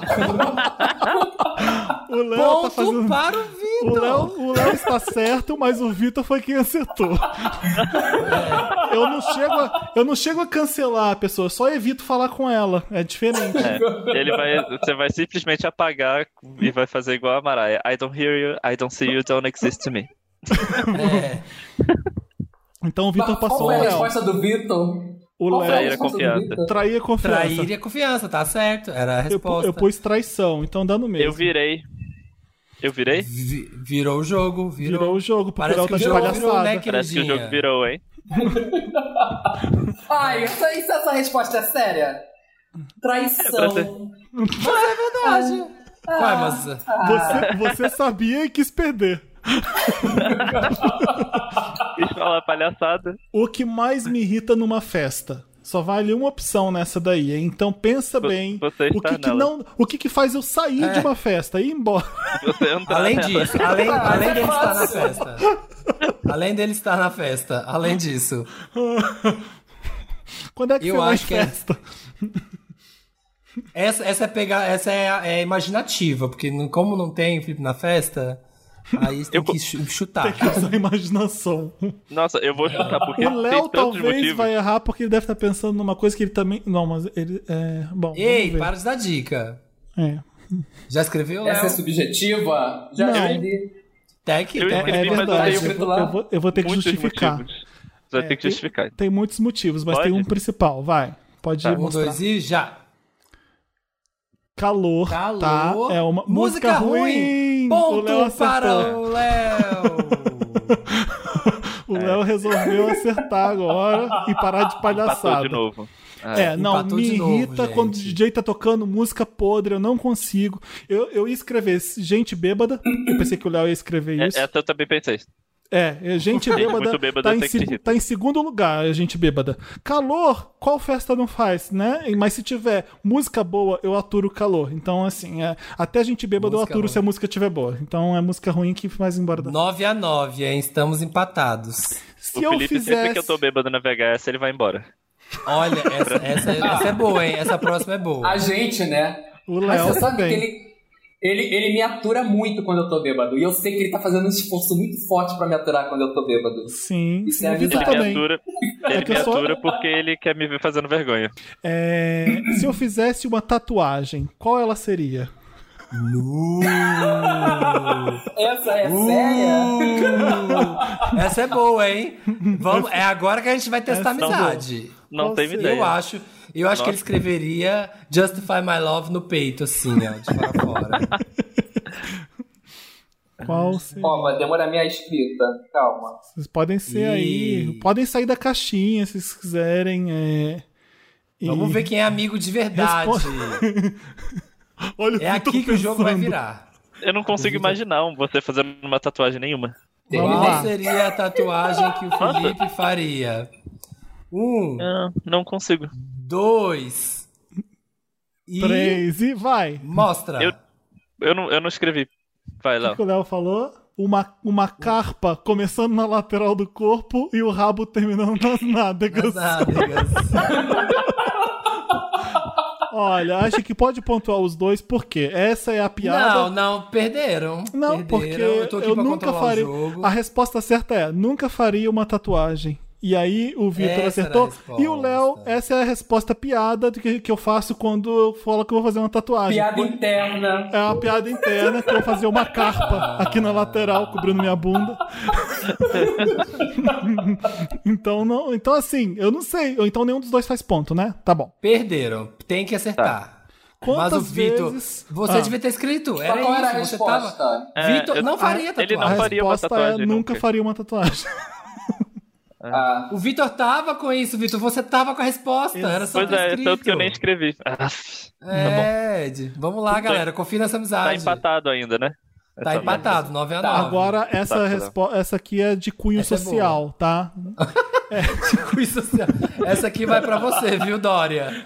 S2: O Léo
S3: Ponto
S2: tá fazendo.
S3: para o
S2: O Léo,
S3: Vitor.
S2: o Léo está certo, mas o Vitor foi quem acertou. Eu não chego a, eu não chego a cancelar a pessoa, eu só evito falar com ela. É diferente.
S4: É. Ele vai, você vai simplesmente apagar e vai fazer igual a Mariah. I don't hear you, I don't see you, don't exist to me.
S3: É,
S2: Então o Vitor
S5: Mas Qual
S2: passou o
S5: foi a
S2: Léo.
S5: resposta do Vitor?
S2: O
S5: Qual foi a
S4: Trair
S2: Léo
S4: a
S5: resposta do
S4: confiança.
S5: Vitor?
S2: traía confiança.
S3: trair é confiança, tá certo. Era a
S2: Eu, pu-
S3: resposta.
S2: eu pus traição, então dá no mesmo.
S4: Eu virei. Eu virei?
S3: Vi- virou o jogo, virou.
S2: virou, o jogo, porque o
S3: Parece
S2: Léo
S3: que
S2: tá
S3: o
S2: de
S3: jogo virou, né,
S2: palhaçada.
S4: Parece que o
S3: queridinha?
S4: jogo virou, hein?
S5: Ai, isso aí, se essa resposta é séria?
S4: É pra
S5: Traição.
S4: ser-
S3: Verdade. Ué, mas
S2: Você, você sabia e quis perder.
S4: Quis falar palhaçada.
S2: O que mais me irrita numa festa? Só vale uma opção nessa daí, hein? Então pensa bem.
S4: você
S2: o
S4: está
S2: que, que
S4: nela.
S2: não, o que que faz eu sair
S3: É.
S2: de uma festa e ir embora?
S4: Você entra
S3: além
S2: Tá.
S4: nela.
S3: disso, além,
S2: é
S3: além dele estar na
S5: fácil.
S3: festa. Além dele estar na festa, além disso.
S2: Quando é que
S3: Eu
S2: você vai
S3: acho
S2: em
S3: que é-
S2: festa?
S3: Essa, essa é pegar, essa é, é imaginativa, porque não- como não tem Felipe na festa, aí você tem
S4: Eu-
S3: que chu- chutar.
S2: Essa é imaginação.
S4: Nossa, eu vou chutar, porque
S2: O
S4: tem
S2: Léo
S4: tantos
S2: talvez
S4: motivos.
S2: vai errar porque ele deve estar pensando numa coisa que ele também. Não, mas ele. É... Bom.
S3: Ei,
S2: vamos
S3: para de dar dica.
S2: ver. É.
S3: Já escreveu, né? Léo?
S5: Essa é subjetiva? Já
S2: Não.
S5: perdi.
S3: Até que tem
S4: Eu
S3: uma
S2: É,
S4: escrevi,
S2: é
S4: mas eu
S2: verdade.
S5: tenho-
S2: Eu vou, eu vou- eu vou ter que
S4: Muitos
S2: justificar. É,
S4: motivos. Você vai ter que justificar.
S2: Tem muitos motivos, mas
S4: Pode? Tá.
S2: tem um principal. Vai. Pode ir
S3: Um,
S2: mostrar.
S3: dois e já.
S2: Calor.
S3: Calor.
S2: Tá? É uma música, ruim. o
S3: Ponto
S2: Léo acertou.
S3: para o Léo.
S2: O Léo resolveu acertar agora e parar de
S4: Passou
S2: palhaçada.
S4: de novo.
S2: É, não,
S3: Empatou
S2: me
S3: de novo,
S2: irrita
S3: gente.
S2: quando o DJ tá tocando música podre, eu não consigo. Eu, eu ia escrever gente bêbada, eu pensei que o Léo ia escrever
S4: É,
S2: isso.
S4: essa eu também pensei.
S2: É, é, gente bêbada,
S4: muito bêbada
S2: tá, em
S4: tem que
S2: seg-
S4: te irritar.
S2: tá em segundo lugar, a gente bêbada. Calor, qual festa não faz, né? E- Mas se tiver música boa, eu aturo o calor. Então, assim, é, até gente bêbada eu
S3: Música
S2: aturo
S3: ruim.
S2: se a música tiver boa. Então é música ruim que faz embora da...
S3: 9 a 9, hein? Estamos empatados.
S2: Se
S4: o
S2: eu
S4: Felipe sempre
S2: fizesse...
S4: que eu tô bêbado na VHS, ele vai embora.
S3: Olha, essa, essa, essa é boa, hein? Essa próxima é
S5: A
S3: boa.
S5: gente, né?
S2: O
S5: Mas
S2: Léo
S5: você sabe
S2: também.
S5: que ele... Ele, ele me atura muito quando eu tô bêbado. E eu sei que ele tá fazendo um esforço muito forte pra me aturar quando eu tô bêbado.
S2: Sim,
S5: Isso
S2: sim,
S5: é
S2: o Vitor
S5: verdade.
S4: Ele
S2: também.
S4: me atura, ele
S2: que
S4: me
S2: eu sou-
S4: atura porque ele quer me ver fazendo vergonha.
S2: É, se eu fizesse uma tatuagem, qual ela seria?
S5: Essa é séria?
S3: Uh! Essa é boa, hein? Vamos, é agora que a gente vai testar a
S2: Essa é
S3: amizade.
S4: Não
S2: Qual
S4: tenho
S2: seria?
S4: ideia.
S3: Eu acho. Eu acho que ele escreveria Justify My Love no peito, assim, ó, de fora a fora.
S2: Qual seria?
S5: Ó, vai demorar minha escrita. Calma.
S2: Vocês podem ser aí.
S3: Ih.
S2: Podem sair da caixinha se vocês quiserem. é, e-
S3: Vamos ver quem é amigo de verdade.
S2: Olha o
S3: É
S2: eu tô
S3: aqui que o jogo vai
S2: pensando.
S3: virar.
S4: Eu não consigo imaginar um você fazendo uma tatuagem nenhuma.
S5: Tem
S2: Vamos lá.
S5: ideia.
S3: Qual seria a tatuagem que o Felipe faria? Um,
S4: Ah, não consigo.
S3: dois e
S2: Três e vai.
S3: mostra.
S4: Eu- Eu não, eu não escrevi. Vai
S2: O
S4: lá.
S2: que o Léo falou? Uma, uma carpa começando na lateral do corpo e o rabo terminando nas nádegas.
S3: As nádegas.
S2: Olha, acho que pode pontuar os dois, porque essa é a
S3: Não,
S2: piada.
S3: não, perderam.
S2: Não,
S3: Perderam.
S2: porque
S3: eu,
S2: eu,
S3: tô aqui pra
S2: nunca
S3: controlar
S2: faria.
S3: O jogo.
S2: A resposta certa é: nunca faria uma tatuagem. E aí o Vitor
S3: Essa era a
S2: acertou. E o Léo,
S3: resposta.
S2: essa é a resposta piada do que, que eu faço quando eu falo que eu vou fazer uma tatuagem.
S5: Piada interna.
S2: É uma piada interna que eu vou fazer uma carpa aqui na lateral cobrindo minha bunda. então não, então assim, eu não sei, ou então nenhum dos dois faz ponto, né? Tá bom.
S3: Perderam. Tem que acertar. Mas
S2: Tá. Quantas
S3: o Vitor,
S2: vezes-
S3: você
S2: Ah.
S3: devia ter escrito. Era
S5: Qual era a
S3: isso, você tava.
S5: resposta?
S4: É,
S3: Vitor,
S4: eu-
S3: não faria
S4: Ah, ele
S3: tatuagem.
S4: não
S2: a
S4: faria uma
S2: resposta
S4: tatuagem,
S2: é nunca
S4: nunca.
S2: faria uma tatuagem.
S5: Ah,
S3: O Vitor tava com isso, Vitor. Você tava com a resposta. Era só
S4: Pois
S3: ter
S4: é,
S3: escrito.
S4: tanto que eu nem escrevi. Ah,
S3: É, Ed. Vamos lá, galera. Confia nessa
S4: tá
S3: amizade.
S4: empatado ainda, né?
S3: Tá
S4: Essa-
S3: empatado, 9 a 9
S2: Agora essa
S4: Tá, tá.
S2: resposta, essa aqui é de cunho
S3: Essa é
S2: social, tá?
S3: Isso, assim, ó. Essa aqui vai pra você, viu, Dória?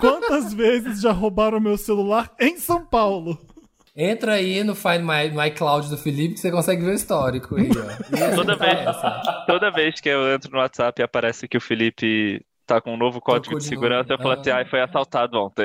S2: Quantas vezes já roubaram meu celular em São Paulo?
S3: Entra aí no Find My, My Cloud do Felipe que você consegue ver o histórico aí, ó. E essa
S4: Toda
S3: tá
S4: vez.
S3: essa.
S4: Toda vez que eu entro no WhatsApp e aparece que o Felipe tá com um novo código
S3: Trocou
S4: de
S3: de
S4: segurança,
S3: novo.
S4: eu falo assim,
S3: Ah.
S4: ai, foi assaltado ontem.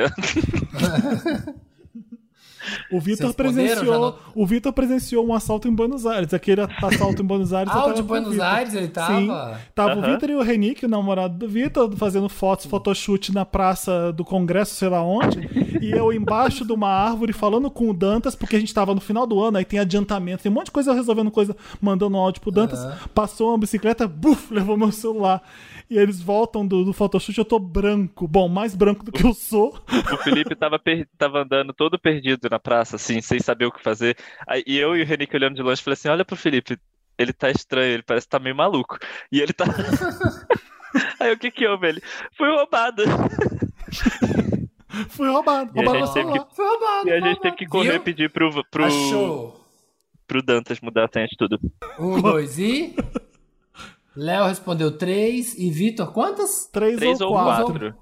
S2: O Vitor
S3: Vocês responderam,
S2: presenciou,
S3: já
S2: o Vitor presenciou um assalto em Buenos Aires, aquele assalto em Buenos Aires. eu
S3: Ah, o
S2: tava
S3: de
S2: com o
S3: Buenos
S2: Vitor.
S3: Aires ele
S2: Sim,
S3: tava?
S2: tava o
S4: Aham.
S2: Vitor e o Renick, o namorado do Vitor, fazendo fotos, photoshoot na praça do Congresso, sei lá onde. e eu embaixo de uma árvore falando com o Dantas, porque a gente tava no final do ano, aí tem adiantamento, tem um monte de coisa resolvendo coisa, mandando um áudio pro Dantas. Passou uma bicicleta, buf, levou meu celular. E eles voltam do, do photoshoot, eu tô branco. Bom, mais branco do que eu sou.
S4: O Felipe tava, per- tava andando todo perdido na praça, assim, sem saber o que fazer. Aí, e eu e o Renick olhando de longe, falei assim, olha pro Felipe, ele tá estranho, ele parece que tá meio maluco. E ele tá... Aí o que que houve? Ele, fui roubado.
S2: Fui roubado,
S4: E a
S2: roubaram meu
S4: gente teve
S2: celular.
S4: que,
S3: Foi roubado.
S4: e a gente teve que correr e
S3: Viu?
S4: pedir pro, pro,
S3: Achou.
S4: pro Dantas mudar a senha de tudo.
S3: Um, dois e. Léo respondeu três. E Vitor, quantas?
S2: Três,
S4: Três
S2: ou
S4: ou
S2: quatro.
S4: quatro.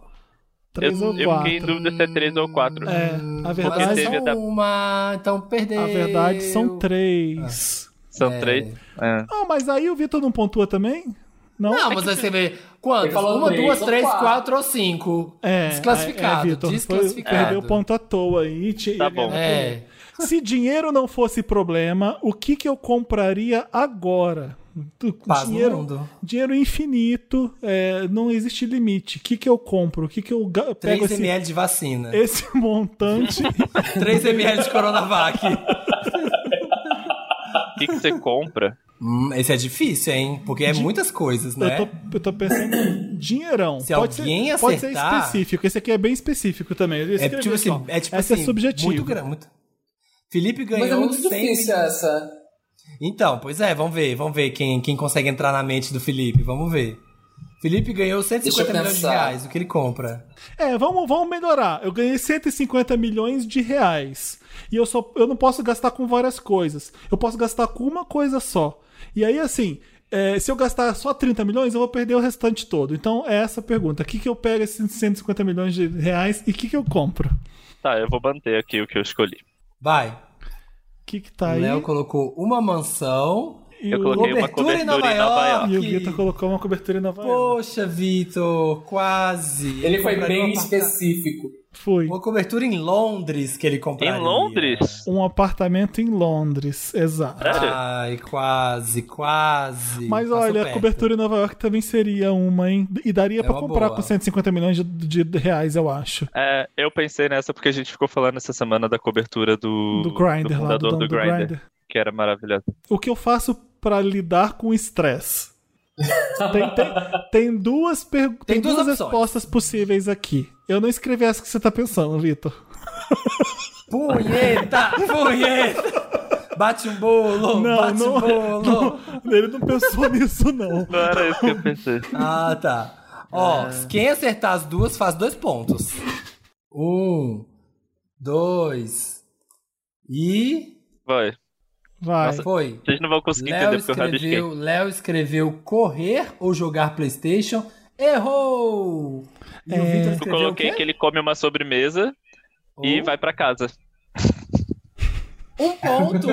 S2: Três
S4: eu,
S2: ou
S4: eu
S2: quatro.
S4: fiquei em dúvida se é três ou quatro.
S2: É, a
S3: Mas
S2: verdade,
S4: teve- Ah.
S3: só uma, então perdeu.
S2: a verdade são três.
S4: São
S3: É.
S4: três. É.
S2: Ah, mas aí o Vitor não pontua também? Não?
S3: Não, mas aí você vê
S5: Ele
S3: quantas?
S5: falou
S3: Uma,
S5: três
S3: duas,
S5: ou
S3: três,
S5: quatro.
S3: quatro ou cinco. desclassificado,
S2: é, Vitor, foi-
S3: desclassificado.
S2: Perdeu ponto à toa aí. Ti-
S4: Tá bom.
S3: É.
S2: Se dinheiro não fosse problema, o que, que eu compraria agora? Tu-
S3: Paz no
S2: dinheiro,
S3: mundo.
S2: dinheiro infinito, é, não existe limite. O que, que eu compro? O que, que eu ga- pego
S3: 3
S2: esse,
S3: ml de vacina.
S2: esse montante?
S3: 3 ml de Coronavac.
S4: O que, que você compra?
S3: Hum, esse é difícil, hein? Porque é muitas coisas, né?
S2: Eu, tô, eu tô pensando em dinheirão.
S3: Se
S2: pode
S3: alguém
S2: ser, Pode ser
S3: acertar-
S2: específico. Esse aqui é bem específico também. Eu
S3: É
S2: escrevi
S3: tipo assim,
S2: só.
S3: é tipo
S2: Essa
S3: assim,
S2: é subjetivo.
S3: Muito grande. Muito... Felipe
S5: mas é
S3: ganhou
S5: muito
S3: 100
S5: difícil
S3: milhões.
S5: essa.
S3: Então, pois é, vamos ver, vamos ver quem, quem consegue entrar na mente do Felipe, vamos ver. Felipe ganhou
S5: Deixa
S3: 150
S5: eu
S3: milhões de
S5: pensar.
S3: reais, o que ele compra?
S2: É, vamos, vamos melhorar. Eu ganhei 150 milhões de reais. E eu, só, eu não posso gastar com várias coisas. Eu posso gastar com uma coisa só. E aí, assim, é, se eu gastar só 30 milhões, eu vou perder o restante todo. Então, é essa a pergunta. O que, que eu pego esses 150 milhões de reais e o que, que eu compro? O
S4: Tá, eu vou manter aqui o que eu escolhi.
S3: Vai.
S2: que, que tá
S3: O
S2: aí?
S3: Léo colocou uma mansão,
S2: E
S4: Eu
S2: o-
S4: coloquei uma
S3: Cobertura
S4: cobertura
S3: em
S4: em
S3: Nova
S4: Nova
S3: York.
S4: York.
S2: E o Vitor colocou uma cobertura em Nova York.
S3: Poxa, Vitor, quase.
S5: Ele foi
S3: compraria
S5: bem
S3: um aparta-
S5: específico.
S2: Foi.
S3: Uma cobertura em Londres que ele compraria.
S4: Em Londres?
S2: Um apartamento em Londres, exato.
S4: Sério?
S3: Ai, quase, quase.
S2: Mas
S3: Passou
S2: olha,
S3: perto. É
S2: a cobertura em Nova York também seria uma, hein? E daria pra
S3: uma
S2: comprar
S3: boa.
S2: com 150 milhões de, de reais, eu acho.
S4: É, eu pensei nessa porque a gente ficou falando essa semana da cobertura do,
S2: Do Grindr lá, do
S4: fundador
S2: dono do,
S4: do Grindr,
S2: Grindr.
S4: que era maravilhosa.
S2: O que eu faço pra lidar com o estresse? Tem, tem- tem duas, per- tem
S3: duas
S2: duas,
S3: opções.
S2: respostas possíveis aqui. Eu não escrevi essa que você tá pensando, Vitor.
S3: Punheta! Punheta! Bate um bolo!
S2: Não,
S3: bate
S2: não-
S3: um bolo!
S2: Ele não pensou nisso, não.
S4: Não era isso que eu pensei.
S3: Ah, tá. Ó,
S2: É.
S3: quem acertar as duas faz dois pontos. Um, dois e.
S4: Vai.
S2: Vai.
S3: Foi.
S4: Vocês não vão conseguir
S3: Léo
S4: entender porque eu rabisquei.
S3: escreveu, Léo escreveu correr ou jogar PlayStation. Errou! E o
S2: É.
S3: Vitor
S2: Eu
S4: Eu
S3: escreveu
S4: coloquei
S3: o
S4: que
S3: quê? Oh.
S4: ele come uma sobremesa e
S3: Ou-
S4: vai pra casa.
S3: Um ponto!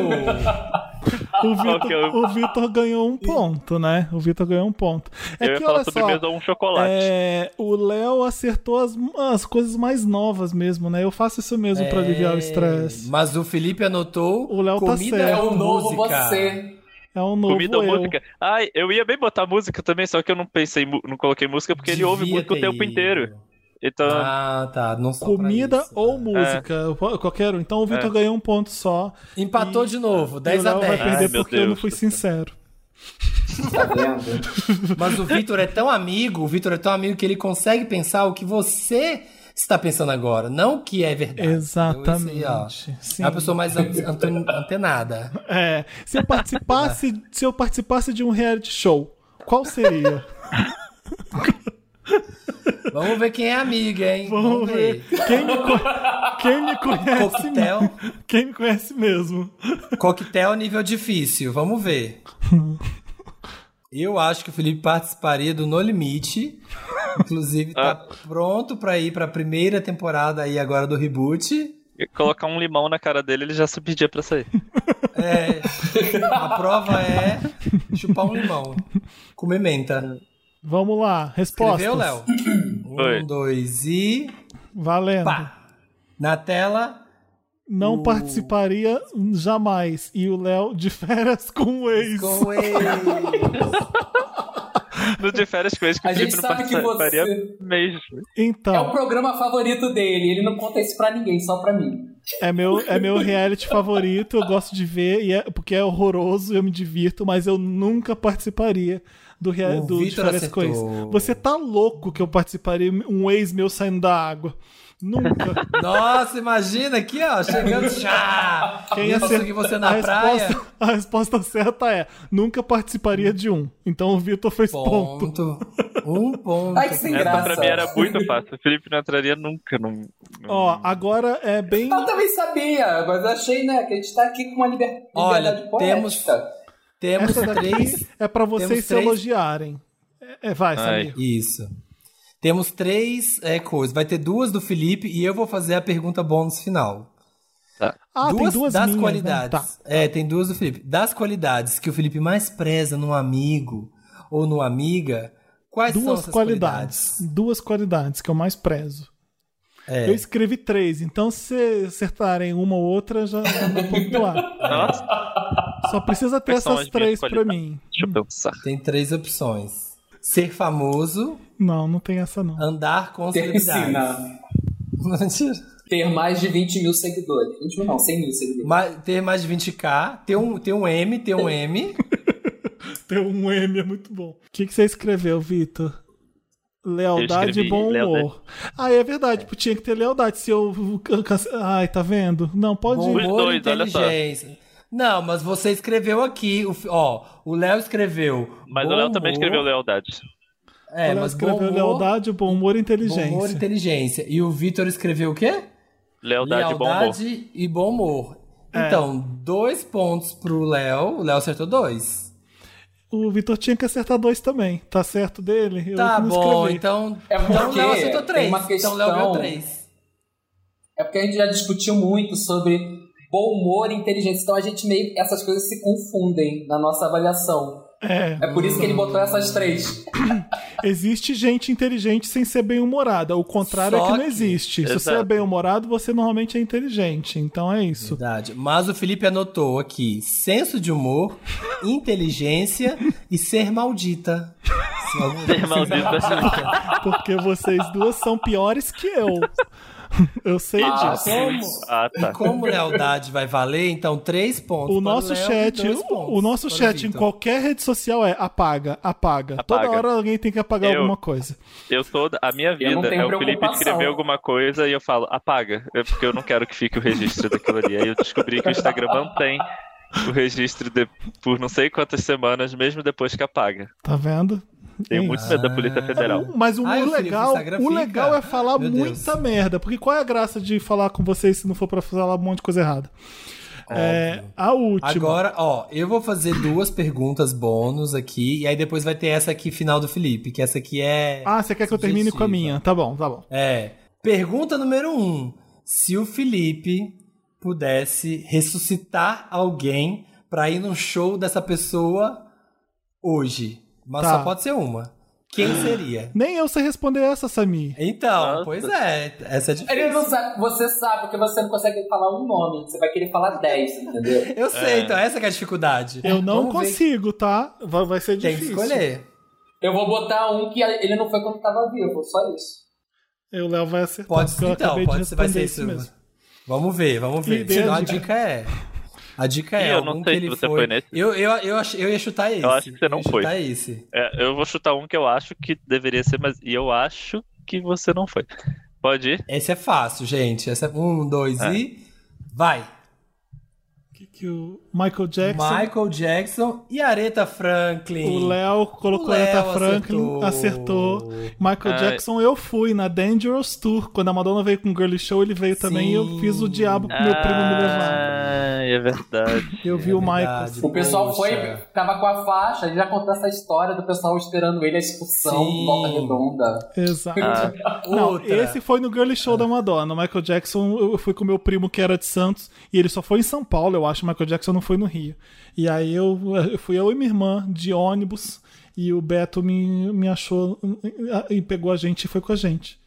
S2: O Vitor,
S4: Ok, eu-
S2: o Vitor ganhou um ponto, né? O Vitor ganhou um ponto. É
S4: eu ia
S2: que
S4: falar
S2: olha
S4: sobremesa
S2: só.
S4: ou um chocolate.
S2: é, o Léo acertou as, as coisas mais novas mesmo, né? Eu faço isso mesmo pra aliviar o estresse.
S3: É. Mas o Felipe anotou
S2: O Léo tá
S3: comida
S2: certo.
S5: É
S3: ou
S5: o novo
S3: música.
S5: você.
S2: É um novo
S4: Comida ou
S2: eu.
S4: música? Ai, eu ia bem botar música também, só que eu não pensei, mu- não coloquei música porque ele ouve
S3: Devia
S4: música o
S3: ter
S4: tempo
S3: ido.
S4: inteiro. Então,
S3: Ah, tá. Não só pra
S2: Comida
S3: isso,
S2: ou
S3: né?
S2: música,
S4: É.
S2: qualquer um. Então o Vitor ganhou um ponto só.
S3: Empatou de novo,
S2: E o
S3: 10 a
S2: Léo vai
S3: 10.
S2: perder
S4: Ai, meu
S2: porque eu não
S4: Deus
S2: fui
S4: do céu.
S2: sincero.
S5: Tá vendo?
S3: Mas o Vitor é tão amigo, o Vitor é tão amigo que ele consegue pensar o que você está pensando agora, não o que é verdade.
S2: Exatamente.
S3: Então, isso aí, ó,
S2: Sim.
S3: É uma pessoa mais an- anten- antenada.
S2: É, se eu participasse, se eu participasse de um reality show, qual seria?
S3: Vamos ver quem é amiga, hein?
S2: Vamos ver. É, Quem me, co- quem me conhece?
S3: Coquetel.
S2: Quem me conhece mesmo?
S3: Coquetel nível difícil, vamos ver. Eu acho que o Felipe participaria do No Limite. Inclusive, tá pronto pra ir pra primeira temporada aí agora do reboot.
S4: eu colocar um limão na cara dele, ele já se pedia pra sair.
S3: É, a prova é chupar um limão, comer menta.
S2: Vamos lá, respostas.
S3: Escreveu, Léo? Um,
S4: Foi.
S3: dois e.
S2: Valendo.
S3: pá! Na tela.
S2: Não participaria jamais. E o Léo de férias com o ex.
S3: Com o ex.
S4: No de férias com eles que
S5: A
S4: o Felipe
S5: gente
S4: não
S5: sabe que
S4: participaria
S5: você
S4: mesmo.
S5: é o
S2: Então,
S5: programa favorito dele. Ele não conta isso pra ninguém, só pra mim.
S2: é meu, é meu reality favorito, eu gosto de ver, e é- porque é horroroso, eu me divirto, mas eu nunca participaria do, rea-
S3: O
S2: do de
S3: Vitor
S2: férias com ex.
S3: acertou.
S2: Você tá louco que eu participaria um ex meu saindo da água. Nunca.
S3: Nossa, imagina aqui, ó, chegando já.
S2: Quem
S3: Eu consegui
S2: acerta-
S3: você na
S2: a
S3: praia.
S2: Resposta, a resposta certa é: nunca participaria de um. Então o Vitor fez ponto.
S3: Ponto. Um ponto.
S5: Ai, que sem
S4: Essa pra
S5: graça.
S4: mim era muito fácil. O Felipe não entraria nunca num. num-
S2: Ó, agora é bem.
S3: Tá
S5: Eu também sabia, mas eu achei, né, que a gente tá aqui com uma liber- liberdade
S3: Olha,
S5: poética.
S3: temos- Temos
S2: Essa
S3: três.
S2: daqui é pra vocês
S3: temos
S2: se
S3: três.
S2: elogiarem. É, é, vai,
S4: Ai.
S2: Samir.
S3: Isso. Temos três é, coisas. Vai ter duas do Felipe e eu vou fazer a pergunta bônus final.
S2: Ah,
S3: duas,
S2: tem duas
S3: das
S2: minhas, né?
S3: qualidades.
S2: Tá.
S3: É, tem duas do Felipe. Das qualidades que o Felipe mais preza num amigo ou numa amiga, quais são
S2: Duas
S3: essas
S2: qualidades.
S3: qualidades?
S2: Duas qualidades que eu mais prezo.
S3: É.
S2: Eu escrevi três, então se acertarem uma ou outra, já já dá pontuar.
S4: Nossa,
S2: Só precisa ter
S4: Quais são
S2: essas
S4: as minhas
S2: três pra
S4: qualidades?
S2: mim.
S4: deixa eu pensar.
S3: Tem três opções. Ser famoso,
S2: Não, não tem essa não.
S3: andar com
S5: Ter
S3: celebridades.
S5: piscina.
S3: Mentira.
S5: Ter mais de 20 mil seguidores. 20 mil não, 100 mil seguidores.
S3: Ma- ter mais de 20k, ter um, ter um M, ter um M.
S2: Ter um M é muito bom. O que, que você escreveu, Vitor?
S4: Eu
S2: Lealdade e
S4: escrevi
S2: bom humor.
S4: lealdade.
S2: Ah, é verdade, tipo, tinha que ter lealdade. Se eu. Ai, tá vendo? Não, pode.
S3: Bom
S4: Os
S3: humor e
S4: dois, olha só.
S3: inteligência. Não, mas você escreveu aqui, o, fi- ó, o Léo escreveu.
S4: Mas
S3: bom
S4: o Léo também
S3: humor.
S4: escreveu lealdade.
S3: É,
S2: o Léo
S3: mas bom
S2: escreveu
S3: humor-
S2: lealdade, bom humor e
S3: Bom
S2: inteligência.
S3: humor e inteligência. E o Vitor escreveu o quê?
S4: Lealdade e bom humor.
S3: Lealdade e bom humor.
S2: É.
S3: Então, dois pontos pro Léo. O Léo acertou dois.
S2: O Vitor tinha que acertar dois também. Tá certo dele? Eu
S3: tá
S2: que não
S3: bom,
S2: escrevi.
S3: então.
S5: É
S3: então o
S5: porque
S3: Léo acertou
S5: tem
S3: três.
S5: uma
S3: Então o Léo ganhou
S5: questão-
S3: três.
S5: É porque a gente já discutiu muito sobre bom humor, inteligência. Então a gente meio. Essas coisas se confundem na nossa avaliação.
S3: então.
S2: É.
S5: É por isso
S3: Hum.
S5: que ele botou essas três.
S2: Existe gente inteligente sem ser bem-humorada. O contrário
S3: Só
S2: é que não
S3: que-
S2: existe. Se você é
S4: Exato.
S2: bem-humorado, você normalmente é inteligente. Então é isso.
S3: Verdade. Mas o Felipe anotou aqui: senso de humor, inteligência e ser maldita.
S4: Ser maldita.
S2: Porque vocês duas são piores que eu. Eu sei
S5: Ah,
S2: disso.
S3: Como?
S4: Ah, tá.
S3: Como lealdade vai valer, então, três pontos.
S2: O
S3: para
S2: nosso
S3: Léo e
S2: chat,
S3: dois
S2: o,
S3: pontos
S2: o nosso
S3: para o
S2: chat em
S3: Vitor.
S2: qualquer rede social é apaga, apaga. Toda
S4: Apaga.
S2: hora alguém tem que apagar
S4: Eu-
S2: alguma coisa.
S4: Eu toda a minha vida
S5: não tenho
S4: é o Felipe
S5: preocupação.
S4: escrever alguma coisa e eu falo, apaga, é porque eu não quero que fique o registro daquilo ali. Aí eu descobri que o Instagram mantém o registro de- por não sei quantas semanas, mesmo depois que apaga.
S2: Tá vendo?
S4: Tenho
S2: É
S4: muito
S2: isso.
S4: medo da Polícia Federal.
S2: Mas o humor
S3: Ai, Ah, Felipe, o
S2: legal,
S3: Instagram
S2: o
S3: fica.
S2: legal é falar
S3: Meu Deus.
S2: muita merda. Porque qual é a graça de falar com vocês se não for pra falar um monte de coisa errada? É, a última.
S3: Agora, ó, eu vou fazer duas perguntas bônus aqui, e aí depois vai ter essa aqui final do Felipe, que essa aqui é.
S2: ah, você quer que eu termine com a
S3: subjetiva.
S2: minha? Tá bom, tá bom.
S3: É. Pergunta número um: se o Felipe pudesse ressuscitar alguém pra ir num show dessa pessoa hoje, mas
S2: Tá.
S3: só pode ser uma. Quem seria?
S2: Nem eu sei responder essa, Sami.
S3: Então,
S4: Nossa.
S3: pois é, essa é difícil.
S5: Ele não sabe, você sabe porque você não consegue falar um nome. Você vai querer falar dez, entendeu?
S3: Eu sei,
S4: É.
S3: então essa que é a dificuldade.
S2: Eu não
S3: Vamos ver
S2: consigo, tá? Vai, vai ser
S3: Tem que
S2: difícil.
S3: escolher.
S5: Eu vou botar um que ele não foi quando tava vivo, só isso.
S2: Eu, Léo, vai acertar.
S3: Pode
S2: porque
S3: ser,
S2: eu
S3: então,
S2: acabei de
S3: pode ser, vai
S2: responder
S3: ser
S2: isso
S3: isso.
S2: mesmo.
S3: Vamos ver, vamos ver.
S2: E dê a
S3: Então, a
S2: dica.
S3: dica é. A dica
S4: Ih,
S3: é
S4: eu
S3: algum
S4: não
S3: que
S4: sei
S3: ele
S4: se você
S3: foi.
S4: foi nesse.
S3: Eu, eu, eu, ach- eu ia chutar esse.
S4: acho que você não
S3: eu ia
S4: foi.
S3: chutar esse.
S4: É, eu vou chutar um que eu acho que deveria ser, mas e eu acho que você não foi. Pode ir?
S3: Esse é fácil, gente. Esse é um, dois
S4: É.
S3: e. Vai!
S2: Que, que o Michael Jackson,
S3: Michael Jackson e Aretha Franklin.
S2: o Léo colocou
S3: O Léo
S2: Aretha Franklin, acertou. Michael
S4: Ai.
S2: Jackson, eu fui na Dangerous Tour. Quando a Madonna veio com o Girly Show, ele veio também e eu
S3: Sim.
S2: fiz o diabo pro meu primo me levar.
S4: Ah, é verdade.
S2: Eu vi
S3: É
S2: o Michael.
S3: verdade,
S5: O pessoal
S3: poxa.
S5: foi, tava com a faixa, ele já contou essa história do pessoal esperando ele, a expulsão,
S3: Sim.
S5: volta redonda.
S2: Exato.
S4: Ah,
S2: Não,
S3: Outra.
S2: esse foi no Girly Show da Madonna. O Michael Jackson, eu fui com meu primo que era de Santos e ele só foi em São Paulo, eu acho. O Michael Jackson não foi no Rio. E aí eu, eu fui eu e minha irmã de ônibus e o Beto me, me achou e pegou a gente e foi com a gente.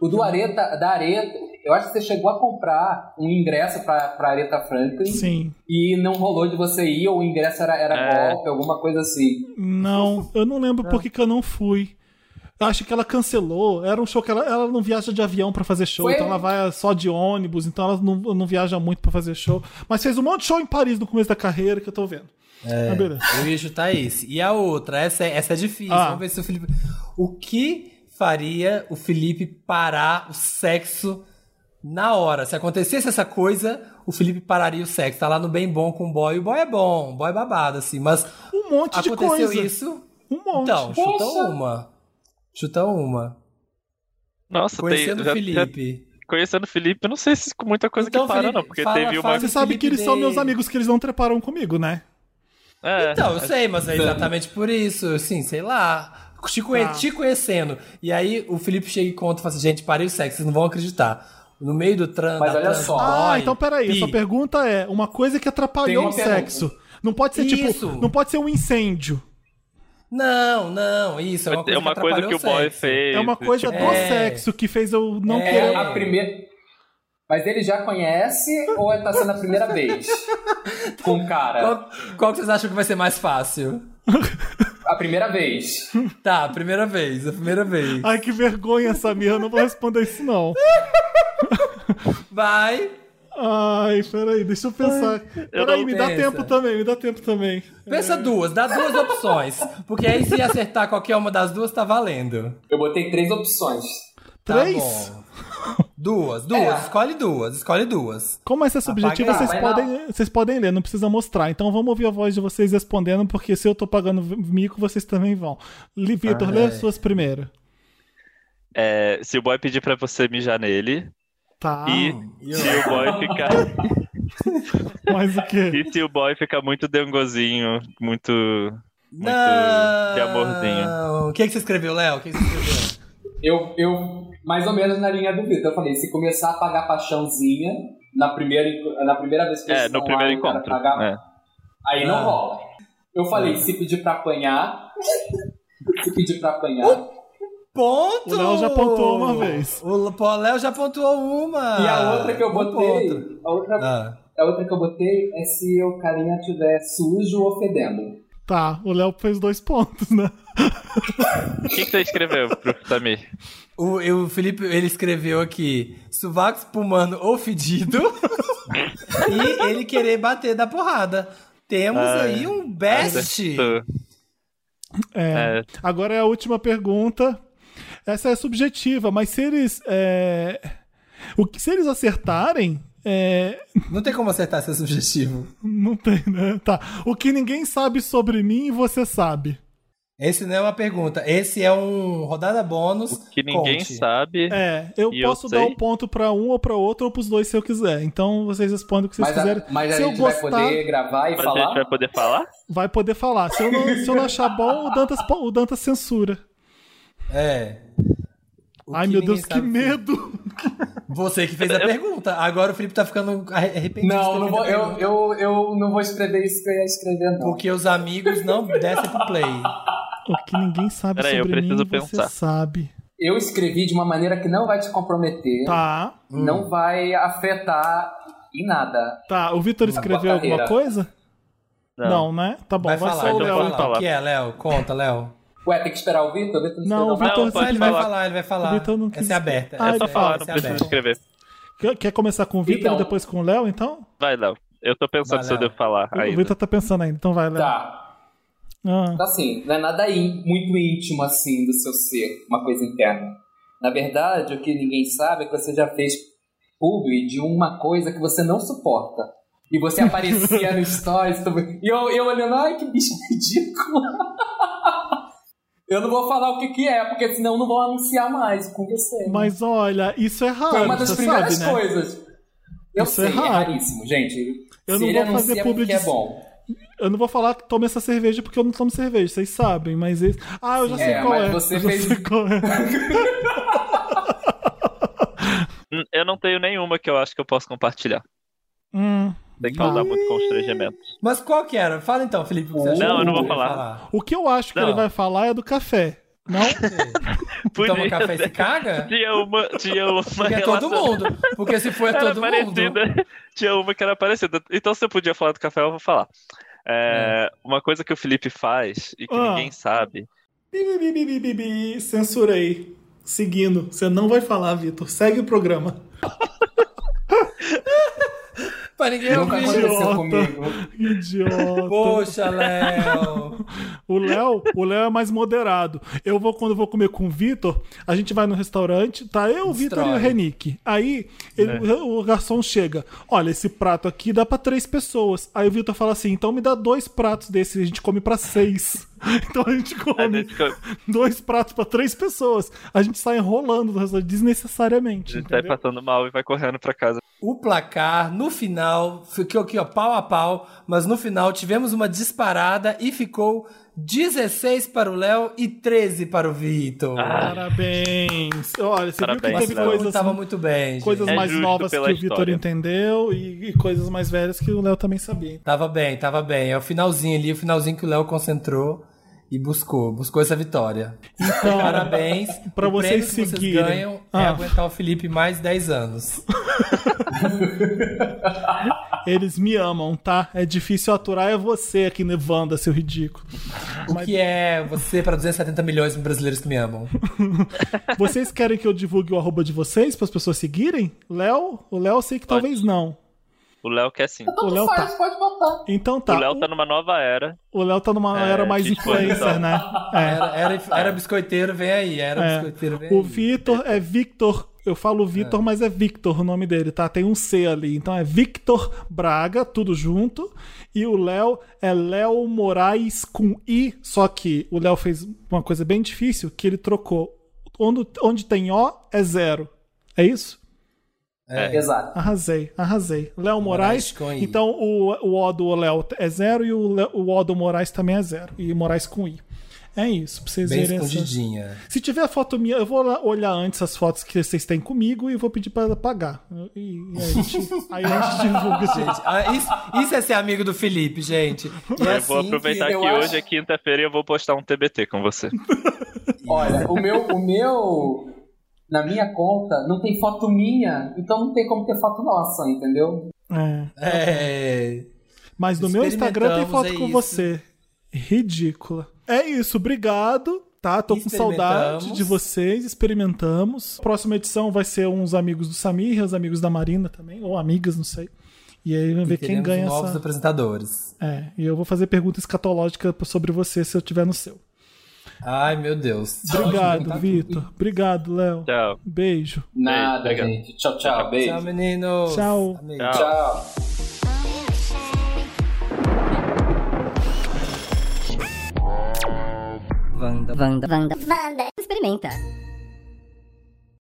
S5: O do Areta, da Areta, eu acho que você chegou a comprar um ingresso pra, pra Areta Franklin
S2: Sim.
S5: e não rolou de você ir, ou o ingresso era, era
S4: É.
S5: golpe, alguma coisa assim.
S2: Não, eu não lembro por que, que eu não fui. Eu acho que ela cancelou. Era um show que ela, ela não viaja de avião pra fazer show,
S5: Foi-
S2: então ela vai só de ônibus, então ela não, não viaja muito pra fazer show. Mas fez um monte de show em Paris no começo da carreira que eu tô vendo. É. Mas beleza.
S3: Eu ia chutar tá esse. E a outra, essa é, essa é difícil.
S2: Ah.
S3: Vamos ver se o Felipe. O que faria o Felipe parar o sexo na hora? Se acontecesse essa coisa, o Felipe pararia o sexo. Tá lá no bem bom com o boy. O boy é bom, o boy é babado, assim. Mas
S2: Um monte de
S3: aconteceu
S2: coisa.
S3: isso.
S2: Um monte.
S3: Então, chuta
S5: Poxa.
S3: uma. Chuta uma.
S4: Nossa,
S3: Conhecendo
S4: tem,
S3: o
S4: já- já-
S3: Felipe.
S4: conhecendo o Felipe, eu não sei se com muita coisa
S3: Então,
S4: que para,
S3: Felipe,
S4: não, porque
S3: fala-
S4: teve uma.
S3: fala-
S2: Você sabe que eles são meus
S3: dele.
S2: amigos que eles não treparam comigo, né?
S4: É,
S3: Então, eu sei, mas é exatamente por isso. Assim, sei lá. Te, conhe-
S2: Tá.
S3: te conhecendo. E aí o Felipe chega e conta e fala assim: gente, parei o sexo, vocês não vão acreditar. No meio do trânsito.
S5: Mas olha só.
S2: Ah, então peraí.
S3: Pi.
S2: Sua pergunta é uma coisa que atrapalhou
S5: Tem
S2: o
S5: uma pergunta.
S2: sexo. Não pode ser
S3: Isso.
S2: tipo. Não pode ser um incêndio.
S3: Não, não, isso. É uma coisa,
S4: é uma
S3: que,
S4: coisa que
S3: atrapalhou
S4: o boy
S3: sexo.
S4: fez.
S2: É uma coisa do
S3: É.
S2: sexo que fez eu não
S3: É.
S5: É
S2: querer.
S5: a primeira. Mas ele já conhece ou tá sendo a primeira vez? Com o cara.
S3: Qual, qual que vocês acham que vai ser mais fácil?
S5: A primeira vez.
S3: Tá, a primeira vez, a primeira vez.
S2: Ai, que vergonha, Samir. Eu não vou responder isso, não.
S3: Vai.
S2: Ai, peraí, deixa eu pensar. Peraí,
S4: não
S2: me dá
S3: pensa.
S2: tempo também, me dá tempo também. É.
S3: Pensa duas, dá duas opções. Porque aí se acertar qualquer uma das duas, tá valendo.
S5: Eu botei três opções.
S3: Tá
S2: Três?
S3: bom. Duas, duas,
S5: É.
S3: escolhe duas, escolhe duas.
S2: Como essa é subjetiva,
S3: Apagar,
S2: vocês
S5: vai
S2: podem, vocês podem ler, não precisa mostrar. Então vamos ouvir a voz de vocês respondendo, porque se eu tô pagando mico, vocês também vão. Li- Vitor, lê as suas primeiro.
S4: É, se o boy pedir pra você mijar nele,
S2: Tá.
S4: e
S3: Hum,
S4: se o boy ficar.
S2: Mas o quê?
S4: E se o boy ficar muito dengozinho, muito. muito de amorzinho.
S3: O que, que você escreveu, Léo? O que, que você escreveu?
S5: Eu, eu, mais ou menos na linha do Vitor, eu falei, se começar a pagar paixãozinha, na primeira, na primeira vez que
S4: É,
S5: eles
S4: no
S5: vão
S4: primeiro
S5: lá, o cara
S4: encontro.
S5: paga-
S4: É.
S5: Aí não
S3: Ah.
S5: rola. Eu falei, se pedir pra apanhar. se pedir pra apanhar.
S3: Ponto!
S2: O Léo já pontuou uma vez.
S3: O pô, o Léo já pontuou uma.
S5: e a outra que eu
S3: Um
S5: botei.
S3: ponto.
S5: A outra,
S3: Ah.
S5: a outra que eu botei é se o carinha tiver sujo ou fedendo.
S2: Tá, o Léo fez dois pontos, né?
S4: O que, que você escreveu pro Samir?
S3: O, e o Felipe, ele escreveu aqui, sovaco espumando ou fedido, e ele querer bater da porrada. Temos
S4: Ai,
S3: aí um best.
S2: É.
S4: É.
S2: Agora é a última pergunta. Essa é subjetiva, mas se eles. é, O que, se eles acertarem. é,
S3: Não tem como acertar seu subjetivo.
S2: Não tem, né? Tá. O que ninguém sabe sobre mim, você sabe.
S3: Esse não é uma pergunta, esse é um rodada bônus.
S4: Que ninguém
S3: Conte.
S4: sabe.
S2: É, eu
S4: E eu
S2: posso dar
S4: sei.
S2: um ponto pra um ou pra outro ou pros dois se eu quiser. Então vocês respondem o que vocês
S5: Mas
S2: quiserem.
S5: a, mas a
S2: se eu
S5: gente
S2: gostar,
S5: vai poder gravar e
S4: Mas a
S5: falar.
S4: gente vai poder falar?
S2: vai poder falar. Se eu não, se eu não achar bom, o Dantas, o Dantas censura.
S3: É. O
S2: Ai,
S3: que é.
S2: meu
S3: ninguém
S2: Deus, que
S3: sabe.
S2: medo!
S3: Você que fez a pergunta. Agora o Felipe tá ficando arre- arrependido. de
S5: Não,
S3: ter
S5: não
S3: feito a
S5: vou, eu,
S3: pergunta,
S5: eu, eu não vou escrever isso que eu ia escrever, não.
S3: Porque os amigos não descem pro play.
S2: O que ninguém sabe
S4: Peraí, eu
S2: sobre mim,
S4: preciso
S2: você
S4: pensar.
S2: sabe.
S5: Eu escrevi de uma maneira que não vai te comprometer,
S2: Tá,
S5: não vai afetar em nada.
S2: tá. O Vitor escreveu
S5: Boa carreira.
S2: alguma coisa? Não, né? Tá bom,
S3: Vai
S2: vai,
S3: falar,
S2: ser o
S4: então
S2: Léo
S4: fala.
S2: então.
S3: O que é, Léo? Conta, Léo.
S5: Ué, tem que esperar o Vitor? O Vitor
S2: Não,
S5: escreveu
S2: o Vitor
S4: Não,
S2: se-
S4: pode
S3: ele vai
S4: falar.
S3: falar, ele vai falar.
S2: O Vitor não quis-
S3: Essa é aberta.
S2: Ah,
S4: É
S2: ele
S4: só
S2: fala,
S4: falar, não
S3: essa é
S4: precisa
S3: aberta.
S4: escrever.
S2: Quer- Quer começar com o Vitor
S5: Então.
S2: e depois com o Léo, então?
S4: Vai, Léo. Eu tô pensando
S3: Vai,
S4: se eu
S3: Léo.
S4: devo falar
S2: O
S4: ainda.
S2: Vitor tá pensando ainda, então vai, Léo.
S5: Tá.
S2: Ah,
S5: Então, assim, não é nada ín- muito íntimo, assim, do seu ser, uma coisa interna. Na verdade, o que ninguém sabe é que você já fez publi de uma coisa que você não suporta. E você aparecia no stories também. E eu, eu olhando, ai, que bicho ridículo. eu não vou falar o que que é, porque senão não vão anunciar mais com você.
S2: Mas olha, isso é raro,
S5: Foi uma das
S2: você
S5: primeiras
S2: sabe, né?
S5: coisas. Eu
S2: Isso
S5: sei,
S2: é
S5: é,
S2: raro.
S5: raríssimo, gente.
S2: Eu
S5: Se
S2: não
S5: ele
S2: vou fazer
S5: anuncia
S2: publi
S5: porque é
S2: de-
S5: bom.
S2: Eu não vou falar que tome essa cerveja porque eu não tomo cerveja, vocês sabem, mas esse... Ah, eu já sei
S5: É,
S2: qual
S5: mas
S2: é.
S5: você
S2: eu já
S5: fez-
S2: sei qual é.
S4: Hum, Eu não tenho nenhuma que eu acho que eu posso compartilhar.
S2: Hum.
S4: Tem que
S2: Tá.
S4: causar muito constrangimento.
S3: Mas qual que era? Fala então, Felipe. o que você acha
S5: Não,
S3: que
S5: eu não
S3: ele
S5: vou
S3: vai
S4: falar.
S2: O que eu acho que
S4: Não.
S2: ele vai falar é do café. Não?
S3: Toma
S4: Podia
S3: Então, café e
S4: ser-
S3: se caga?
S4: Tinha uma, tinha uma
S3: Porque é todo
S4: relação-
S3: mundo. Porque se for é
S4: era
S3: todo mundo.
S4: parecida. Tinha uma que era parecida. Então, se eu podia falar do café, eu vou falar. É, Uma coisa que o Felipe faz e que
S2: Ah.
S4: ninguém sabe.
S2: Bi, bi, bi, bi, bi, bi, Censurei. Seguindo. Você não vai falar, Vitor. Segue o programa.
S3: Pra ninguém
S5: Nunca
S3: ouvir.
S5: aconteceu
S2: idiota.
S5: comigo.
S2: Idiota.
S3: Poxa, Léo.
S2: O Léo, o Léo é mais moderado. Eu vou quando eu vou comer com o Vitor, a gente vai no restaurante, tá eu, o Vitor e o
S3: Destrói.
S2: Renick. Aí ele-
S4: Né.
S2: o garçom chega. Olha, esse prato aqui dá pra três pessoas. Aí o Vitor fala assim: "Então me dá dois pratos desses, a gente come pra seis". Então a gente
S4: Às
S2: come
S4: vezes é que eu-
S2: dois pratos pra três pessoas. A gente sai enrolando do restaurante
S4: a
S2: desnecessariamente,
S4: gente sai
S2: entendeu?
S4: passando mal e vai correndo pra casa.
S3: o placar no final ficou aqui ó pau a pau, mas no final tivemos uma disparada e ficou 16 para o Léo e 13 para o Vitor.
S4: Ah,
S2: Parabéns. Olha, você
S4: Parabéns,
S2: viu
S3: mas
S2: que
S3: o
S2: teve
S4: Léo.
S3: Léo
S2: coisas
S3: estava muito bem. gente.
S2: coisas
S4: É
S2: mais
S4: justo
S2: novas que
S4: pela
S2: o Vitor
S4: história.
S2: entendeu e, e coisas mais velhas que o Léo também sabia.
S3: Tava bem, tava bem. É o finalzinho ali, o finalzinho que o Léo concentrou e buscou, buscou essa vitória.
S2: Então,
S3: Parabéns.
S2: pra
S3: o
S2: vocês
S3: prêmio que vocês
S2: seguirem.
S3: ganham é
S2: Ah.
S3: aguentar o Felipe mais 10 anos.
S2: eles me amam, tá? É difícil aturar é você aqui, Nevanda, seu ridículo. Ah,
S3: O que é você para 270 milhões de brasileiros que me amam.
S2: Vocês querem que eu divulgue o arroba de vocês para as pessoas seguirem? Léo? O Léo eu sei que talvez não.
S4: O Léo quer sim.
S2: O Léo
S5: Faz,
S2: tá.
S5: pode botar.
S2: Então tá.
S4: O Léo tá numa nova era.
S2: O Léo tá numa
S4: É,
S2: era mais
S4: de
S2: influencer,
S4: exposição.
S2: né? É.
S3: Era, era, era biscoiteiro, vem aí. Era
S2: É.
S3: biscoiteiro, vem
S2: O
S3: aí.
S2: Vitor é Victor. Eu falo Vitor, mas é Victor o nome dele, tá? Tem um C ali. Então é Victor Braga, tudo junto. E o Léo é Léo Moraes com I. Só que o Léo fez uma coisa bem difícil, que ele trocou. Onde, onde tem O é zero. É isso?
S3: É.
S5: Exato.
S2: Arrasei, arrasei. Léo
S3: Moraes
S2: Moraes.
S3: com I.
S2: então o, o O do Léo é zero e o, Lé- o O do Moraes também é zero. E Moraes com I. É isso, pra vocês
S3: Bem
S2: verem essa...
S3: escondidinha.
S2: Se tiver a foto minha, eu vou lá olhar antes as fotos que vocês têm comigo e vou pedir pra apagar. E, e aí, a gente, aí a gente divulga, gente.
S3: Gente, ah, isso, isso é ser amigo do Felipe, gente. E
S4: Eu
S3: assim
S4: vou aproveitar que,
S5: eu
S4: hoje
S5: acho-
S4: é quinta-feira e eu vou postar um TBT com você.
S5: Olha, o meu, o meu, na minha conta, não tem foto minha, então não tem como ter foto nossa, entendeu?
S2: É.
S3: É.
S2: Mas no meu Instagram tem foto com
S3: Experimentamos, é
S2: você. Ridícula. É isso, obrigado. Tá, tô com saudade
S3: Experimentamos.
S2: de vocês, experimentamos. Próxima edição vai ser uns amigos do Samir, os amigos da Marina também, ou amigas, não sei. E aí vamos ver quem
S3: Teremos
S2: ganha
S3: novos
S2: essa.
S3: apresentadores.
S2: É, e eu vou fazer pergunta escatológica sobre você se eu tiver no seu.
S3: Ai, meu Deus.
S2: Obrigado,
S5: tá tudo.
S2: Vitor. Obrigado, Léo.
S4: Tchau.
S2: Beijo.
S5: Nada,
S4: obrigado.
S5: gente. Tchau, tchau.
S3: Tchau,
S5: Beijo.
S3: meninos.
S2: Tchau.
S3: Amei.
S4: Tchau.
S5: Tchau.
S1: Vanda. Vanda. Vanda. Experimenta.